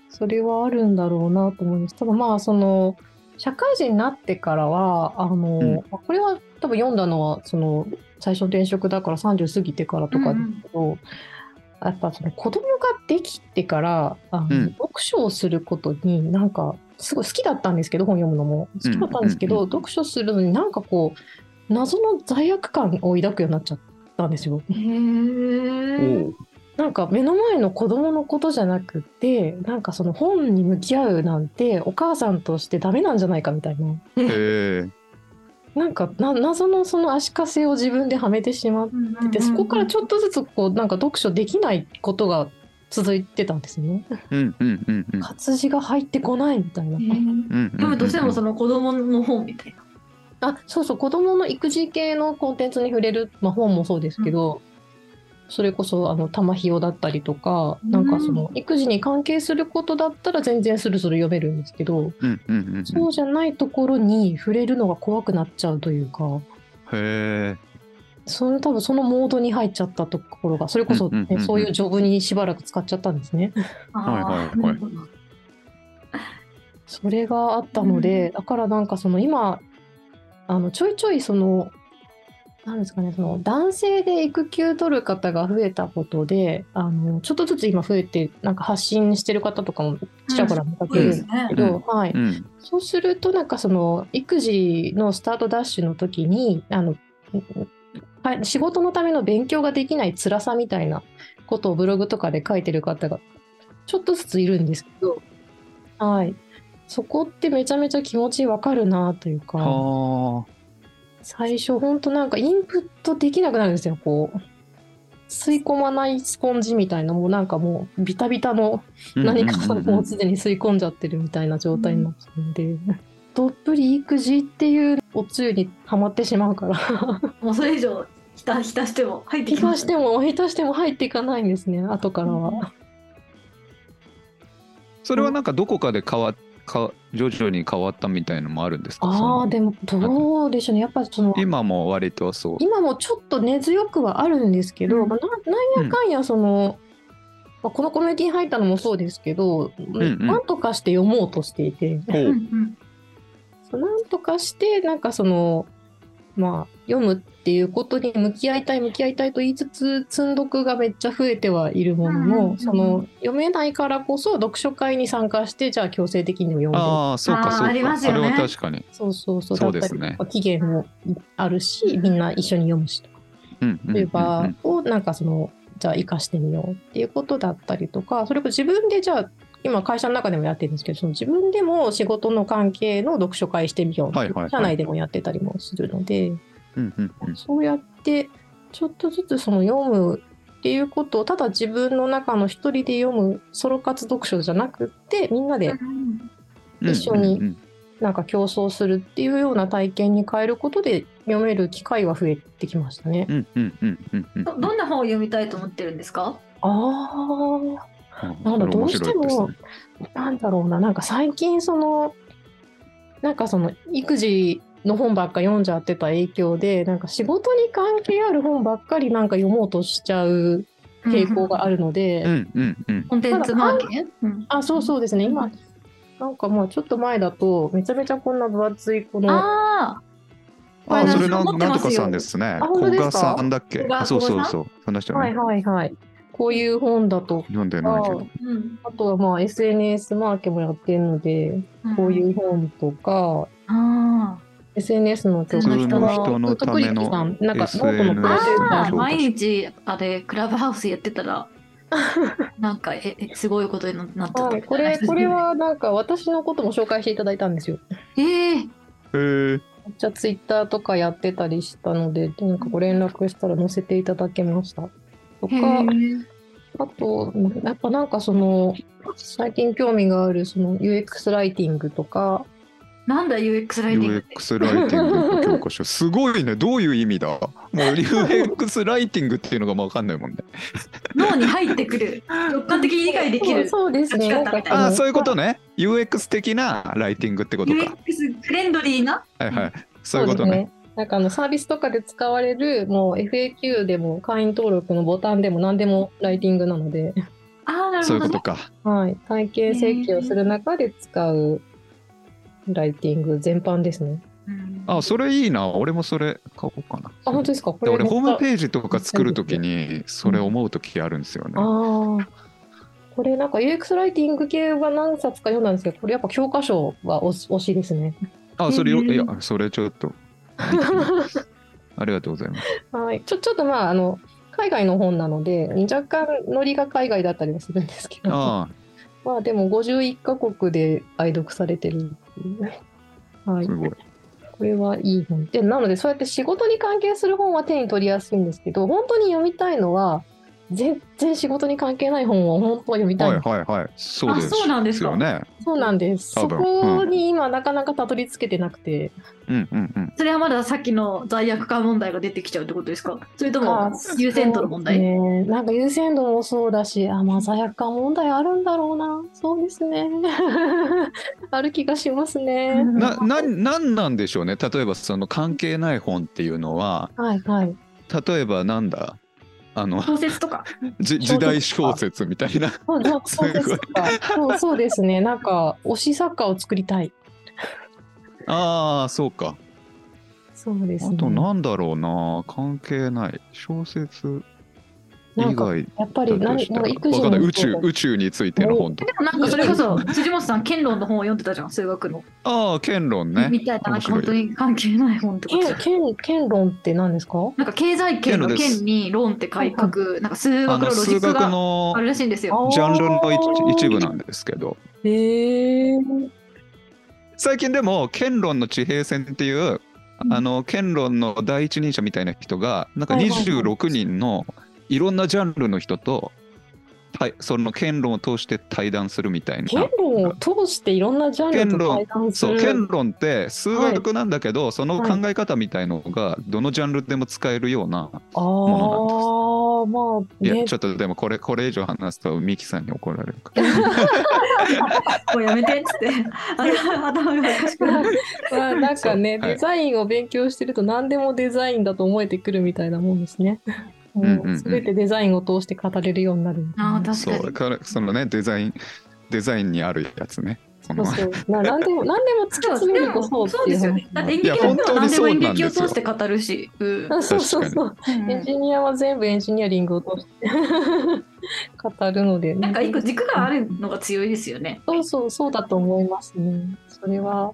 Speaker 3: それはあるんだろうなと思います。ただまあその社会人になってからはあの、
Speaker 1: うん
Speaker 3: まあこれは多分読んだのはその最初の転職だから30過ぎてからとかですけど。やっぱその子供ができてからあの、
Speaker 1: うん
Speaker 3: 読書をすることになんかすごい好きだったんですけど本読むのも好きだったんですけど、
Speaker 1: うんうん
Speaker 3: 読書するのになんかこう謎の罪悪感を抱くようになっちゃったんですよ。
Speaker 2: へー
Speaker 1: お
Speaker 3: なんか目の前の子供のことじゃなくてなんかその本に向き合うなんてお母さんとしてダメなんじゃないかみたいな
Speaker 1: え
Speaker 3: なんかな謎のその足かせを自分ではめてしまっ
Speaker 2: うんうんうん
Speaker 3: ててそこからちょっとずつこうなんか読書できないことが続いてたんですよね。
Speaker 1: えうんうんうんうん。
Speaker 3: 活字が入ってこないみたいな
Speaker 2: へ。ー
Speaker 1: うんうんうんうん
Speaker 2: 読むとしてもその子供の本みたいな。
Speaker 3: あそうそう子どもの育児系のコンテンツに触れる、まあ、本もそうですけど、それこそあの玉ひよだったりとか、なんかその育児に関係することだったら全然スルスル読めるんですけど、
Speaker 1: うんうんうんうん。
Speaker 3: そうじゃないところに触れるのが怖くなっちゃうというか
Speaker 1: へえ。
Speaker 3: その多分そのモードに入っちゃったところがそれこそ、ね
Speaker 1: うんうんうんうん
Speaker 3: そういうジョブにしばらく使っちゃったんですね。
Speaker 1: はいはいはい
Speaker 2: あーなるほど
Speaker 3: それがあったので、
Speaker 2: うん
Speaker 3: だからなんかその今あのちょいちょいそのなんですかねその男性で育休取る方が増えたことであのちょっとずつ今増えてなんか発信してる方とかもちらほら見か
Speaker 2: そ
Speaker 3: け
Speaker 2: う
Speaker 3: る
Speaker 2: で
Speaker 3: んですす
Speaker 2: ね。
Speaker 3: けど、はい
Speaker 1: うん。
Speaker 3: そうするとなんかその育児のスタートダッシュの時にあのはい仕事のための勉強ができない辛さみたいなことをブログとかで書いてる方がちょっとずついるんですけど、はい、そこってめちゃめちゃ気持ちわかるなというか
Speaker 1: は
Speaker 3: 最初ほんとなんかインプットできなくなるんですよこう吸い込まないスポンジみたいなもうなんかもうビタビタの
Speaker 1: あ。
Speaker 3: 何か
Speaker 1: うんうんうん
Speaker 3: もうすでに吸い込んじゃってるみたいな状態になってるので、どっぷり育児っていうおつゆにはまってしまうから
Speaker 2: もうそれ以上ひたひたしても入って
Speaker 3: 気
Speaker 2: きま
Speaker 3: が
Speaker 2: し。
Speaker 3: したても下手しても入っていかないんですね後からは。
Speaker 1: それはなんかどこかで変わっか徐々に変わったみたいのもあるんですか。そ
Speaker 3: あ
Speaker 1: の
Speaker 3: あでもどうでしょうねやっぱその
Speaker 1: 今も割とそう。
Speaker 3: 今もちょっと根強くはあるんですけ
Speaker 2: う
Speaker 3: ど、
Speaker 2: ん
Speaker 3: まあ、ななんやかんやその、まあこのコミュニティに入ったのもそうですけど、
Speaker 1: うん
Speaker 3: なんとかして読もうとしていて。
Speaker 1: ほ
Speaker 2: うん
Speaker 1: う
Speaker 2: う
Speaker 1: ん
Speaker 3: そうなんとかしてなんかそのまあ読むっていうことに向き合いたい向き合いたいと言いつつ積んどくがめっちゃ増えてはいるもの
Speaker 2: うんうん
Speaker 3: の、
Speaker 2: うん
Speaker 3: その読めないからこそ読書会に参加してじゃあ強制的にも読んでる
Speaker 1: ああそうか
Speaker 2: あー
Speaker 1: そう
Speaker 2: ありま
Speaker 1: か。
Speaker 2: す
Speaker 1: そ
Speaker 2: よ
Speaker 1: れ
Speaker 2: ね
Speaker 1: は確かに。
Speaker 3: そうそうそう
Speaker 1: そう
Speaker 3: だっ
Speaker 1: です
Speaker 3: たり
Speaker 1: ね
Speaker 3: とか期限もあるしみんな一緒に読むしとか
Speaker 1: うんうんうんうん
Speaker 3: という場をなんかそのじゃあ生かしてみようっていうことだったりとかそれこそ自分でじゃあ今会社の中でもやってるんですけどその自分でも仕事の関係の読書会してみよう、
Speaker 1: はいはいはい
Speaker 3: 社内でもやってたりもするので、
Speaker 1: うんうんうん。
Speaker 3: そうやってちょっとずつその読むっていうことをただ自分の中の一人で読むソロ活読書じゃなくってみんなで一緒に
Speaker 1: うんうんうん
Speaker 3: なんか競争するっていうような体験に変えることで読める機会は増えてきましたね。
Speaker 1: うんうんうんうんうん。
Speaker 2: どどんな本を読みたいと思ってるんですか？
Speaker 3: あー
Speaker 1: あ
Speaker 3: な
Speaker 1: それ
Speaker 3: んだど
Speaker 1: 面
Speaker 3: うして
Speaker 1: 白いです
Speaker 3: も
Speaker 1: ね、
Speaker 3: なんだろうな、なんか最近その、なんかその育児の本ばっか読んじゃってた影響で、なんか仕事に関係ある本ばっかりなんか読もうとしちゃう傾向があ
Speaker 2: る。
Speaker 3: るので、
Speaker 1: うんうんうん。
Speaker 2: コンテンツマーケ？うん
Speaker 3: あ、そうそうですね、今、なんかまあちょっと前だと、めちゃめちゃこんな分厚いこの、
Speaker 2: あ
Speaker 1: あ
Speaker 2: これ
Speaker 1: それな
Speaker 2: な
Speaker 1: ん
Speaker 2: か
Speaker 1: んなんと
Speaker 2: 持ってま
Speaker 1: か
Speaker 2: すよ
Speaker 1: さんですね。
Speaker 3: あ本当です
Speaker 1: 賀
Speaker 3: か
Speaker 1: さんだっけ
Speaker 2: 古？賀
Speaker 1: あそう
Speaker 2: 古
Speaker 1: そ
Speaker 2: 賀
Speaker 1: う
Speaker 2: さ
Speaker 1: そう。その人
Speaker 3: はい
Speaker 1: ね。
Speaker 3: はいはい、こういう本だと
Speaker 1: 読んでない
Speaker 3: か
Speaker 1: けど。、
Speaker 2: あ、うん。
Speaker 3: あとはまあ SNS マーケもやってるので、こういう本とか、
Speaker 2: ああ。
Speaker 3: SNS の教科書
Speaker 2: 普通の
Speaker 1: 人のための
Speaker 3: 徳力さんなんか
Speaker 1: SNS
Speaker 3: ノートのプロデューサ
Speaker 2: あ
Speaker 1: そう
Speaker 2: ー
Speaker 1: か
Speaker 2: 毎日あれクラブハウスやってた らなんかええすごいことにななっちゃっ
Speaker 3: ーは
Speaker 2: た
Speaker 3: いこれこれはなんか私のことも紹介していただいたんですよ。
Speaker 2: ええー、
Speaker 1: えー、
Speaker 3: めっちゃツイッターとかやってたりしたので、なんかご連絡したら載せていただけました。とか、あと、やっぱなんかその、最近興味があるその UX ライティングとか、
Speaker 2: なんだ UX ライティングって
Speaker 1: UX ライティングの教科書すごいねどういう意味だもう UX ライティングっていうのが分かんない もんね
Speaker 2: 脳に入ってくる直感的に理解できる
Speaker 3: そうそうですね。
Speaker 2: 書き
Speaker 3: なん
Speaker 2: 方
Speaker 3: か
Speaker 2: みたい
Speaker 1: ああーそういうこと
Speaker 3: ね。
Speaker 1: ね UX 的なライティングってことか
Speaker 2: UX フレンドリーな
Speaker 1: はいはいそ
Speaker 3: そう
Speaker 1: いう
Speaker 3: うで
Speaker 1: こと
Speaker 3: す
Speaker 1: ね
Speaker 3: ね。なんかあのサービスとかで使われるもう FAQ でも会員登録のボタンでも何でもライティングなので、
Speaker 2: ああなる
Speaker 1: そうい
Speaker 2: ほ
Speaker 1: う
Speaker 2: ど
Speaker 1: こ
Speaker 2: ね
Speaker 1: とか
Speaker 3: はい、体験請求をする中で使うライティング全般ですね。
Speaker 2: うん
Speaker 1: あそれいいな俺もそれ買おうかな
Speaker 3: あ、本当ですかこ
Speaker 1: で
Speaker 3: れ
Speaker 1: 俺
Speaker 3: また
Speaker 1: ホームページとか作るときにそれ思うときあるんですよね、
Speaker 3: ああ。これなんか UX ライティング系は何冊か読んだんですけど、これやっぱ教科書は推し推しですね。
Speaker 1: あそれよ
Speaker 2: へー
Speaker 1: いやそれちょっとありがとうございます
Speaker 3: はい。ちょ、ちょっとまあ、あの、海外の本なので、若干ノリが海外だったりはするんですけど、
Speaker 1: あ
Speaker 3: まあでも51カ国で愛読されてるっていうね。は
Speaker 1: あ
Speaker 3: い
Speaker 1: す。ごい
Speaker 3: これはいい本。で、なのでそうやって仕事に関係する本は手に取りやすいんですけど、本当に読みたいのは、全然仕事に関係ない本を本当は読みたい
Speaker 1: はい
Speaker 3: んです
Speaker 1: はいはいそうです
Speaker 2: あそうなんですか
Speaker 1: よね
Speaker 3: そうなんです。
Speaker 1: 多
Speaker 3: そ
Speaker 1: 分
Speaker 3: こに今なかなかたどり着けてなくて。
Speaker 1: うんうんうん
Speaker 2: それはまださっきの罪悪感問題が出てきちゃうってことですかそれとも優先度の問題、
Speaker 3: そうですねなんか優先度もそうだし、あ、まあ罪悪感問題あるんだろうな。そうですね。 ある気がしますね。
Speaker 2: うん
Speaker 1: なななんなんでしょうね例えばその関係ない本っていうのは
Speaker 3: はいはい。
Speaker 1: 例えばなんだあの
Speaker 2: 小説とか
Speaker 1: じ時代小説みたいな
Speaker 3: そうそうそうです
Speaker 1: すごい
Speaker 3: か。そうそうですね。なんか推し作家を作りたい。
Speaker 1: ああそうか
Speaker 3: そうです
Speaker 1: あ
Speaker 3: ね。
Speaker 1: となんだろうな関係ない小説
Speaker 3: なん
Speaker 1: 以
Speaker 3: か
Speaker 1: 外
Speaker 3: やっぱ
Speaker 1: だ
Speaker 3: りなん
Speaker 1: とした
Speaker 3: なん
Speaker 1: ら
Speaker 3: か育児
Speaker 1: わかんない
Speaker 3: の
Speaker 1: 宇宙宇宙についての本とか
Speaker 2: でもなんかそれこそ辻本さん剣論の本を読んでたじゃん数学の、
Speaker 1: ああ剣論ね
Speaker 2: みたいななんか
Speaker 1: 面白い
Speaker 2: 本当に関係ない本とか
Speaker 3: 剣剣剣論って何ですか？
Speaker 2: なんか経済圏の
Speaker 1: 剣です
Speaker 2: 剣に論って改革なんか数
Speaker 1: あ
Speaker 2: 学の
Speaker 1: の
Speaker 2: ロジ
Speaker 1: 数
Speaker 2: ック
Speaker 1: 学
Speaker 2: が
Speaker 1: の
Speaker 2: あるらしいんですよ
Speaker 1: ジャンルの一一部
Speaker 3: な。
Speaker 1: なんですけど
Speaker 3: へえ。
Speaker 1: 最近でも剣論の地平線っていうあの剣論の第一人者みたいな人がなんか
Speaker 3: はいはいはい
Speaker 1: 26人のいろんなジャンルの人と対その剣論を通して対談するみたいな
Speaker 3: 剣。論を通していろんなジャンルと対談す
Speaker 1: そう
Speaker 3: る。
Speaker 1: 剣論って数学なんだけど、その考え方みたいのがどのジャンルでも使えるような、
Speaker 3: ああ、まあ
Speaker 1: いや、
Speaker 3: ね
Speaker 1: ち。ょっとでもこれこれ以上話すとミキさんに怒られるから
Speaker 2: もうやめてっつってあれ頭がおかしくなる
Speaker 3: まあなんかね、
Speaker 1: そうはい
Speaker 3: デザインを勉強してると何でもデザインだと思えてくるみたいなもんですね。
Speaker 1: んうんうん
Speaker 3: すべてデザインを通して語れるようになるみたい
Speaker 2: あ
Speaker 3: な。
Speaker 2: ー確
Speaker 1: そう
Speaker 2: か
Speaker 1: だ
Speaker 2: に
Speaker 1: からそのねデザインデザインにあるやつねその
Speaker 3: そうそう。な何でも何でも突き詰め
Speaker 2: で
Speaker 3: るとそ
Speaker 2: も
Speaker 3: うって
Speaker 2: そう
Speaker 3: い
Speaker 2: で
Speaker 3: う
Speaker 2: すよ
Speaker 3: 話
Speaker 2: ねだって演劇なんて何でも演劇を通して語るしうん
Speaker 3: あそうそう
Speaker 1: 確か
Speaker 3: そう。エンジニアは全部エンジニアリングを通して 語るので。
Speaker 2: なんか一個軸があるのが強いですよね
Speaker 3: そうそう、そうだと思いますね。それは。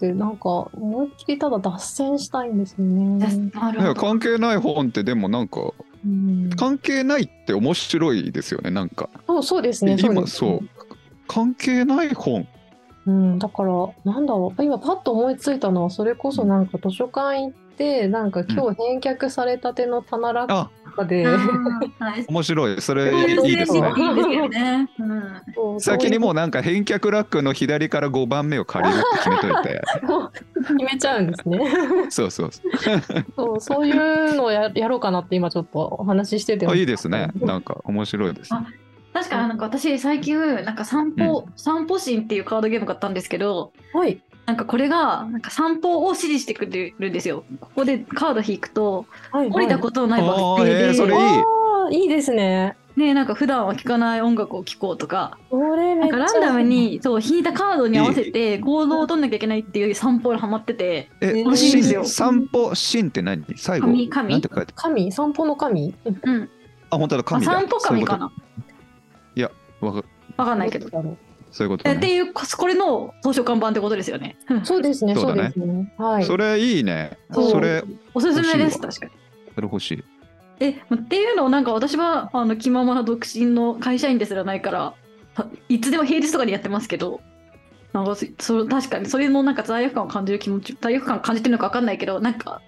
Speaker 3: で、なんか、思いっきりただ脱線したいんですよね。
Speaker 2: な る
Speaker 1: なん
Speaker 2: ほ
Speaker 1: か
Speaker 2: ど
Speaker 1: 関係ない本ってでもなんか
Speaker 3: うん、
Speaker 1: 関係ないって面白いですよねなんか、
Speaker 3: そうそうですね。
Speaker 1: 今
Speaker 3: です
Speaker 1: そう関係ない本
Speaker 3: うん、だから、なんだろう、今パッと思いついたのは、それこそなんか図書館行って、なんか今日返却されたての棚ラッ
Speaker 1: あ
Speaker 3: クで、
Speaker 2: あーはい
Speaker 1: 面白いそ
Speaker 2: そう
Speaker 1: れ
Speaker 2: いう
Speaker 1: いい
Speaker 2: 精
Speaker 1: です
Speaker 2: 神
Speaker 1: ね
Speaker 2: っていいですよね。うん
Speaker 3: そう
Speaker 1: 先にもうなんか返却ラックの左から5番目を借りるって決めといて
Speaker 3: もう決めちゃうんで すね。
Speaker 1: そうそうそう
Speaker 3: そう、そういうのをややろうかなって今ちょっとお話ししてて
Speaker 1: あいいですねなんか面白いですね
Speaker 2: 確かになんか私最近なんか散歩、散歩神っていうカードゲーム買ったんですけど
Speaker 3: はい。
Speaker 2: なんかこれがなんか散歩を指示してくれるんですよここでカード引くと
Speaker 3: はい、
Speaker 2: 降りたことのないバ
Speaker 1: あ
Speaker 2: ス
Speaker 1: ー
Speaker 2: 停
Speaker 1: えーそ
Speaker 2: で、
Speaker 1: れいい
Speaker 3: あーいいですね。
Speaker 2: ねなんか普段は聴かない音楽を聴こうとか
Speaker 3: これ
Speaker 2: なん
Speaker 3: めっち
Speaker 2: か
Speaker 3: ゃ
Speaker 2: ランダムにそう引いたカードに合わせて行動を取んなきゃいけないっていう散歩にハマってて
Speaker 1: え
Speaker 3: 楽しいです
Speaker 2: よ
Speaker 1: 散歩神って何最後
Speaker 2: 神神
Speaker 1: なんて書いて
Speaker 3: 神散歩の神
Speaker 2: うん
Speaker 1: あ本当だ
Speaker 2: あ
Speaker 1: 神だ
Speaker 2: 散歩
Speaker 1: そうい
Speaker 2: 神
Speaker 1: うこと
Speaker 2: かな
Speaker 1: わか
Speaker 2: わかんないけど
Speaker 3: どうだろう
Speaker 1: そういうこと
Speaker 2: え
Speaker 1: ね
Speaker 2: っていうここれの図書館版ってことですよね。うん
Speaker 3: そうですね、
Speaker 1: そ
Speaker 3: そうう
Speaker 1: だ
Speaker 3: で
Speaker 1: ね
Speaker 3: すね。はい。
Speaker 1: それいいね
Speaker 2: そう
Speaker 1: それ
Speaker 2: おすすめです
Speaker 1: 欲
Speaker 2: 確かに。
Speaker 1: それ欲しい
Speaker 2: えっていうのをなんか私はあの気ままな独身の会社員ですらないからいつでも平日とかにやってますけどなんかそそ確かにそれのなんか罪悪感を感じる気持ち罪悪感を感じてるのか分かんないけどなんか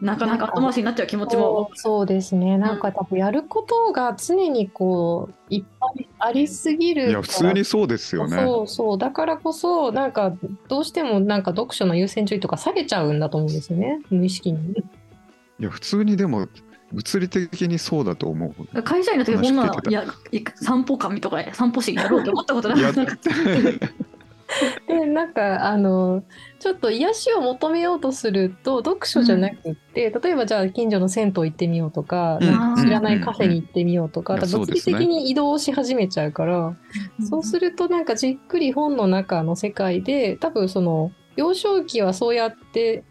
Speaker 2: なかなか後回しになっちゃう気持ちも
Speaker 3: そうそうですね。なんか多分やることが常にこういっぱいありすぎる。
Speaker 1: いや普通にそうですよね
Speaker 3: そうそうだからこそなんかどうしてもなんか読書の優先順位とか下げちゃうんだと思うんですよね無意識に。
Speaker 1: いや普通にでも物理的にそうだと 思う
Speaker 2: 会社員の時こんな
Speaker 1: 話聞い
Speaker 2: の
Speaker 1: てた
Speaker 2: いやい散歩神とか散歩神やろうと思ったことなかった
Speaker 3: でなんかあのちょっと癒しを求めようとすると読書じゃなくって、例えばじゃあ近所の銭湯行ってみようとか,、
Speaker 1: うん
Speaker 3: なんか知らないカフェに行ってみようとか、
Speaker 1: うんうんうん
Speaker 3: あと物理
Speaker 1: いやそうで
Speaker 3: 的
Speaker 1: す
Speaker 3: に移動し始めちゃうから。そうするとなんかじっくり本の中の世界で多分その幼少期はそうやって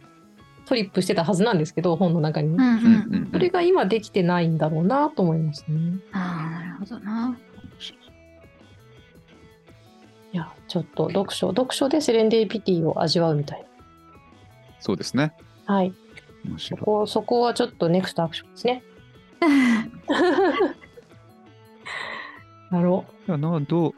Speaker 3: トリップしてたはずなんですけど本の中に、
Speaker 2: うんうん
Speaker 1: うんうん
Speaker 3: それが今できてないんだろうなと思いましたね
Speaker 2: ああなるほどない
Speaker 3: やちょっと読書読書でセレンディピティを味わうみたい
Speaker 1: そうですね
Speaker 3: なはい
Speaker 1: 面白
Speaker 3: そ
Speaker 1: い
Speaker 3: こそこはちょっとネクストアクションですねやろう
Speaker 1: やなど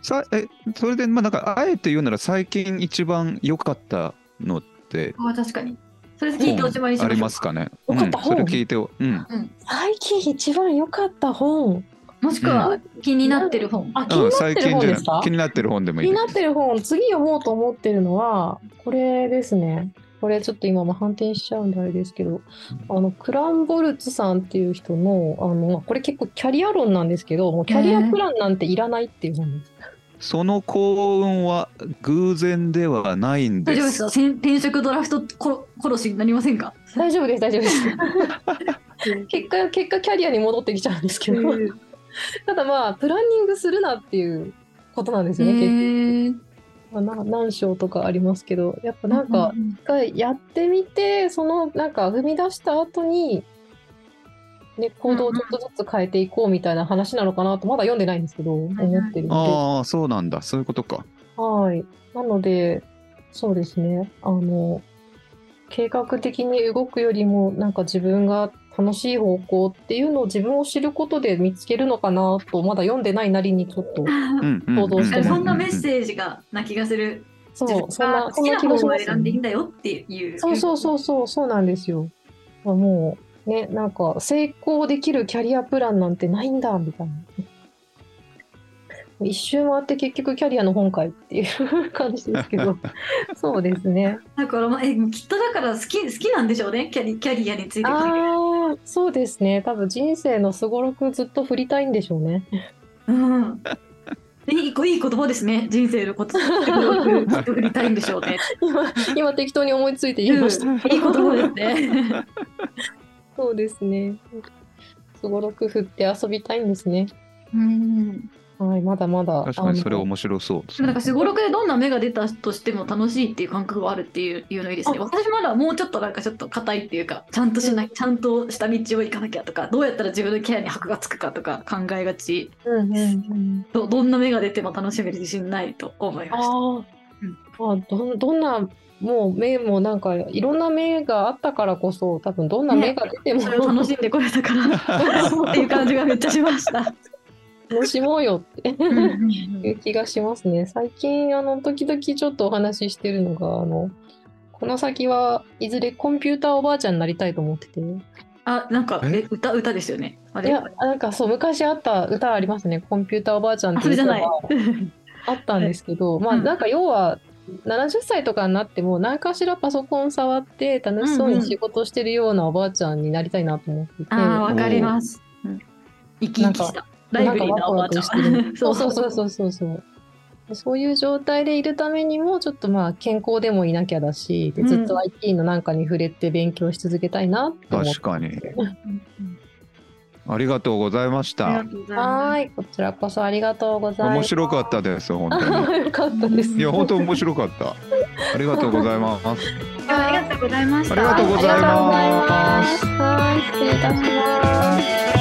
Speaker 1: さえそれでまあなんかあえて言うなら最近一番良かったのって
Speaker 2: あ確かにそれで聞いておしまいにし
Speaker 1: あ
Speaker 2: ま
Speaker 1: り
Speaker 2: しょ
Speaker 1: ま
Speaker 2: う
Speaker 1: すかね。
Speaker 3: 良かった
Speaker 1: うんそれ
Speaker 3: 本
Speaker 1: 聞いてお、うん、
Speaker 3: 最近一番良かった本
Speaker 2: もしくは気になってる本、
Speaker 3: あ気
Speaker 1: う
Speaker 3: に
Speaker 1: ん、
Speaker 3: なっ
Speaker 1: 最
Speaker 3: てる
Speaker 1: 近
Speaker 3: 本
Speaker 1: じゃ
Speaker 3: で
Speaker 1: ない
Speaker 3: すか、
Speaker 1: 気になってる本でもい
Speaker 3: 気
Speaker 1: い
Speaker 3: に
Speaker 1: で
Speaker 3: なっ
Speaker 1: す。
Speaker 3: てる本、次読もうと思ってるのは、これですね。これちょっと今も反転しちゃうんであれですけど、あの、クランボルツさんっていう人の、あの、これ結構キャリア論なんですけど、もうキャリアプランなんていらないっていう本です。
Speaker 1: その幸運は偶然ではないん
Speaker 2: 大
Speaker 1: で
Speaker 2: 丈夫です
Speaker 1: す。
Speaker 2: かせん転職ドラフトこ殺しになりませんか
Speaker 3: 大丈夫です、大 丈夫です。結果、結果キャリアに戻ってきちゃうんですけど、 ただまあ、プランニングするなっていうことなんです
Speaker 2: え
Speaker 3: よね、結
Speaker 2: ー、
Speaker 3: 構まあな何章とかありますけど、やっぱなんか、一回やってみてそのなんか踏み出した後にね行動をちょっとずつ変えていこうみたいな話なのかなとまだ読んでないんですけど思
Speaker 2: はい
Speaker 3: ってるの
Speaker 1: ああ、そうなんだ。そういうことか。
Speaker 3: で、はい、なのでそうですねあの計画的に動くよりもなんか自分が楽しい方向っていうのを自分を知ることで見つけるのかなとまだ読んでないなりにちょっと
Speaker 1: うん、うん
Speaker 3: 行動して
Speaker 1: う
Speaker 3: ます
Speaker 2: そんなメッセージがな気がする。
Speaker 3: そう
Speaker 2: 自
Speaker 3: そん
Speaker 2: 分
Speaker 3: な
Speaker 2: が
Speaker 3: そ
Speaker 2: 好
Speaker 3: ん
Speaker 2: き
Speaker 3: な
Speaker 2: な
Speaker 3: 気がし
Speaker 2: 本を
Speaker 3: ます
Speaker 2: 選んでいいんだよっていう。
Speaker 3: そうそうそうそうそうなんですよ。まあもうねなんか成功できるキャリアプランなんてないんだみたいな。 一周回って結局キャリアの本会っていう感じですけ どそうですね。
Speaker 2: だから、まあ、え、きっとだから好き、好きなんでしょうね。キャリ、キャリアについて。
Speaker 3: ああそうですね多分人生のすごろくずっと振りたいんでしょうね。
Speaker 2: うん。いい子、いい言葉ですね。人生の こと。ずっと振りたいんでしょうね。
Speaker 3: 今今適当に思いついて言いました。
Speaker 2: うんいい言葉ですね。
Speaker 3: そうですね。すごろく振って遊びたいんですね。
Speaker 2: うん。で
Speaker 3: はいまだまだ。
Speaker 1: 確かにそれ
Speaker 3: あの
Speaker 1: 面白そうです
Speaker 2: もなん
Speaker 1: ね
Speaker 2: か、すごろくでどんな芽が出たとしても楽しいっていう感覚があるっていう、いうのいいですね。私まだもうちょっとなんかちょっと硬いっていうか、ちゃんとしない、ちゃんとした道を行かなきゃとか、どうやったら自分のケアに箔がつくかとか考えがち。
Speaker 3: うんうんうん。
Speaker 2: どどんな目が出ても楽しめる自信ないと思いました。
Speaker 3: ああ、あどんどんなもう目もなんかいろんな目があったからこそ多分どんな目が出ても、
Speaker 2: それを楽しんでこれたからっていう感じがめっちゃしました。
Speaker 3: 楽しもうよって
Speaker 2: う
Speaker 3: い
Speaker 2: ん
Speaker 3: う気がしますね。最近あの時々ちょっとお話ししてるのがあのこの先はいずれコンピューターおばあちゃんになりたいと思ってて。い
Speaker 2: あなんか
Speaker 1: え
Speaker 2: え歌歌ですよね。あれ
Speaker 3: や、なんかそう、昔あった歌ありますね。コンピューターおばあちゃん
Speaker 2: あ
Speaker 3: っ
Speaker 2: そ
Speaker 3: てい
Speaker 2: れ
Speaker 3: う
Speaker 2: じゃ
Speaker 3: 歌
Speaker 2: ない
Speaker 3: が。あったんですけど、まあ
Speaker 2: うん
Speaker 3: なんか要は70歳とかになっても何かしらパソコン触って楽しそうに仕事してるようなおばあちゃんになりたいなと思ってて、
Speaker 2: あーわかります。うん生き生きしたライブリーなおばあちゃ
Speaker 3: な
Speaker 2: ん。
Speaker 3: んかワクワクしてるそうそうそうそうそうそう。そういう状態でいるためにもちょっとまあ健康でもいなきゃだしで
Speaker 2: うん
Speaker 3: ずっと IT のなんかに触れて勉強し続けたいなって思って、
Speaker 1: 確かに。
Speaker 2: うん
Speaker 1: ありがとうございまし
Speaker 2: あ
Speaker 1: た
Speaker 2: りが。とうござい
Speaker 3: は
Speaker 2: ます。
Speaker 3: ーいこちらこそありがとうございます
Speaker 1: 面白かったです。本当 に。
Speaker 3: たよかったです
Speaker 1: いや、本当面白かった。ありがとうございます。
Speaker 2: 今日はありがとうございました。
Speaker 1: ありがとうございます
Speaker 3: ありがとうございますはい失礼いたします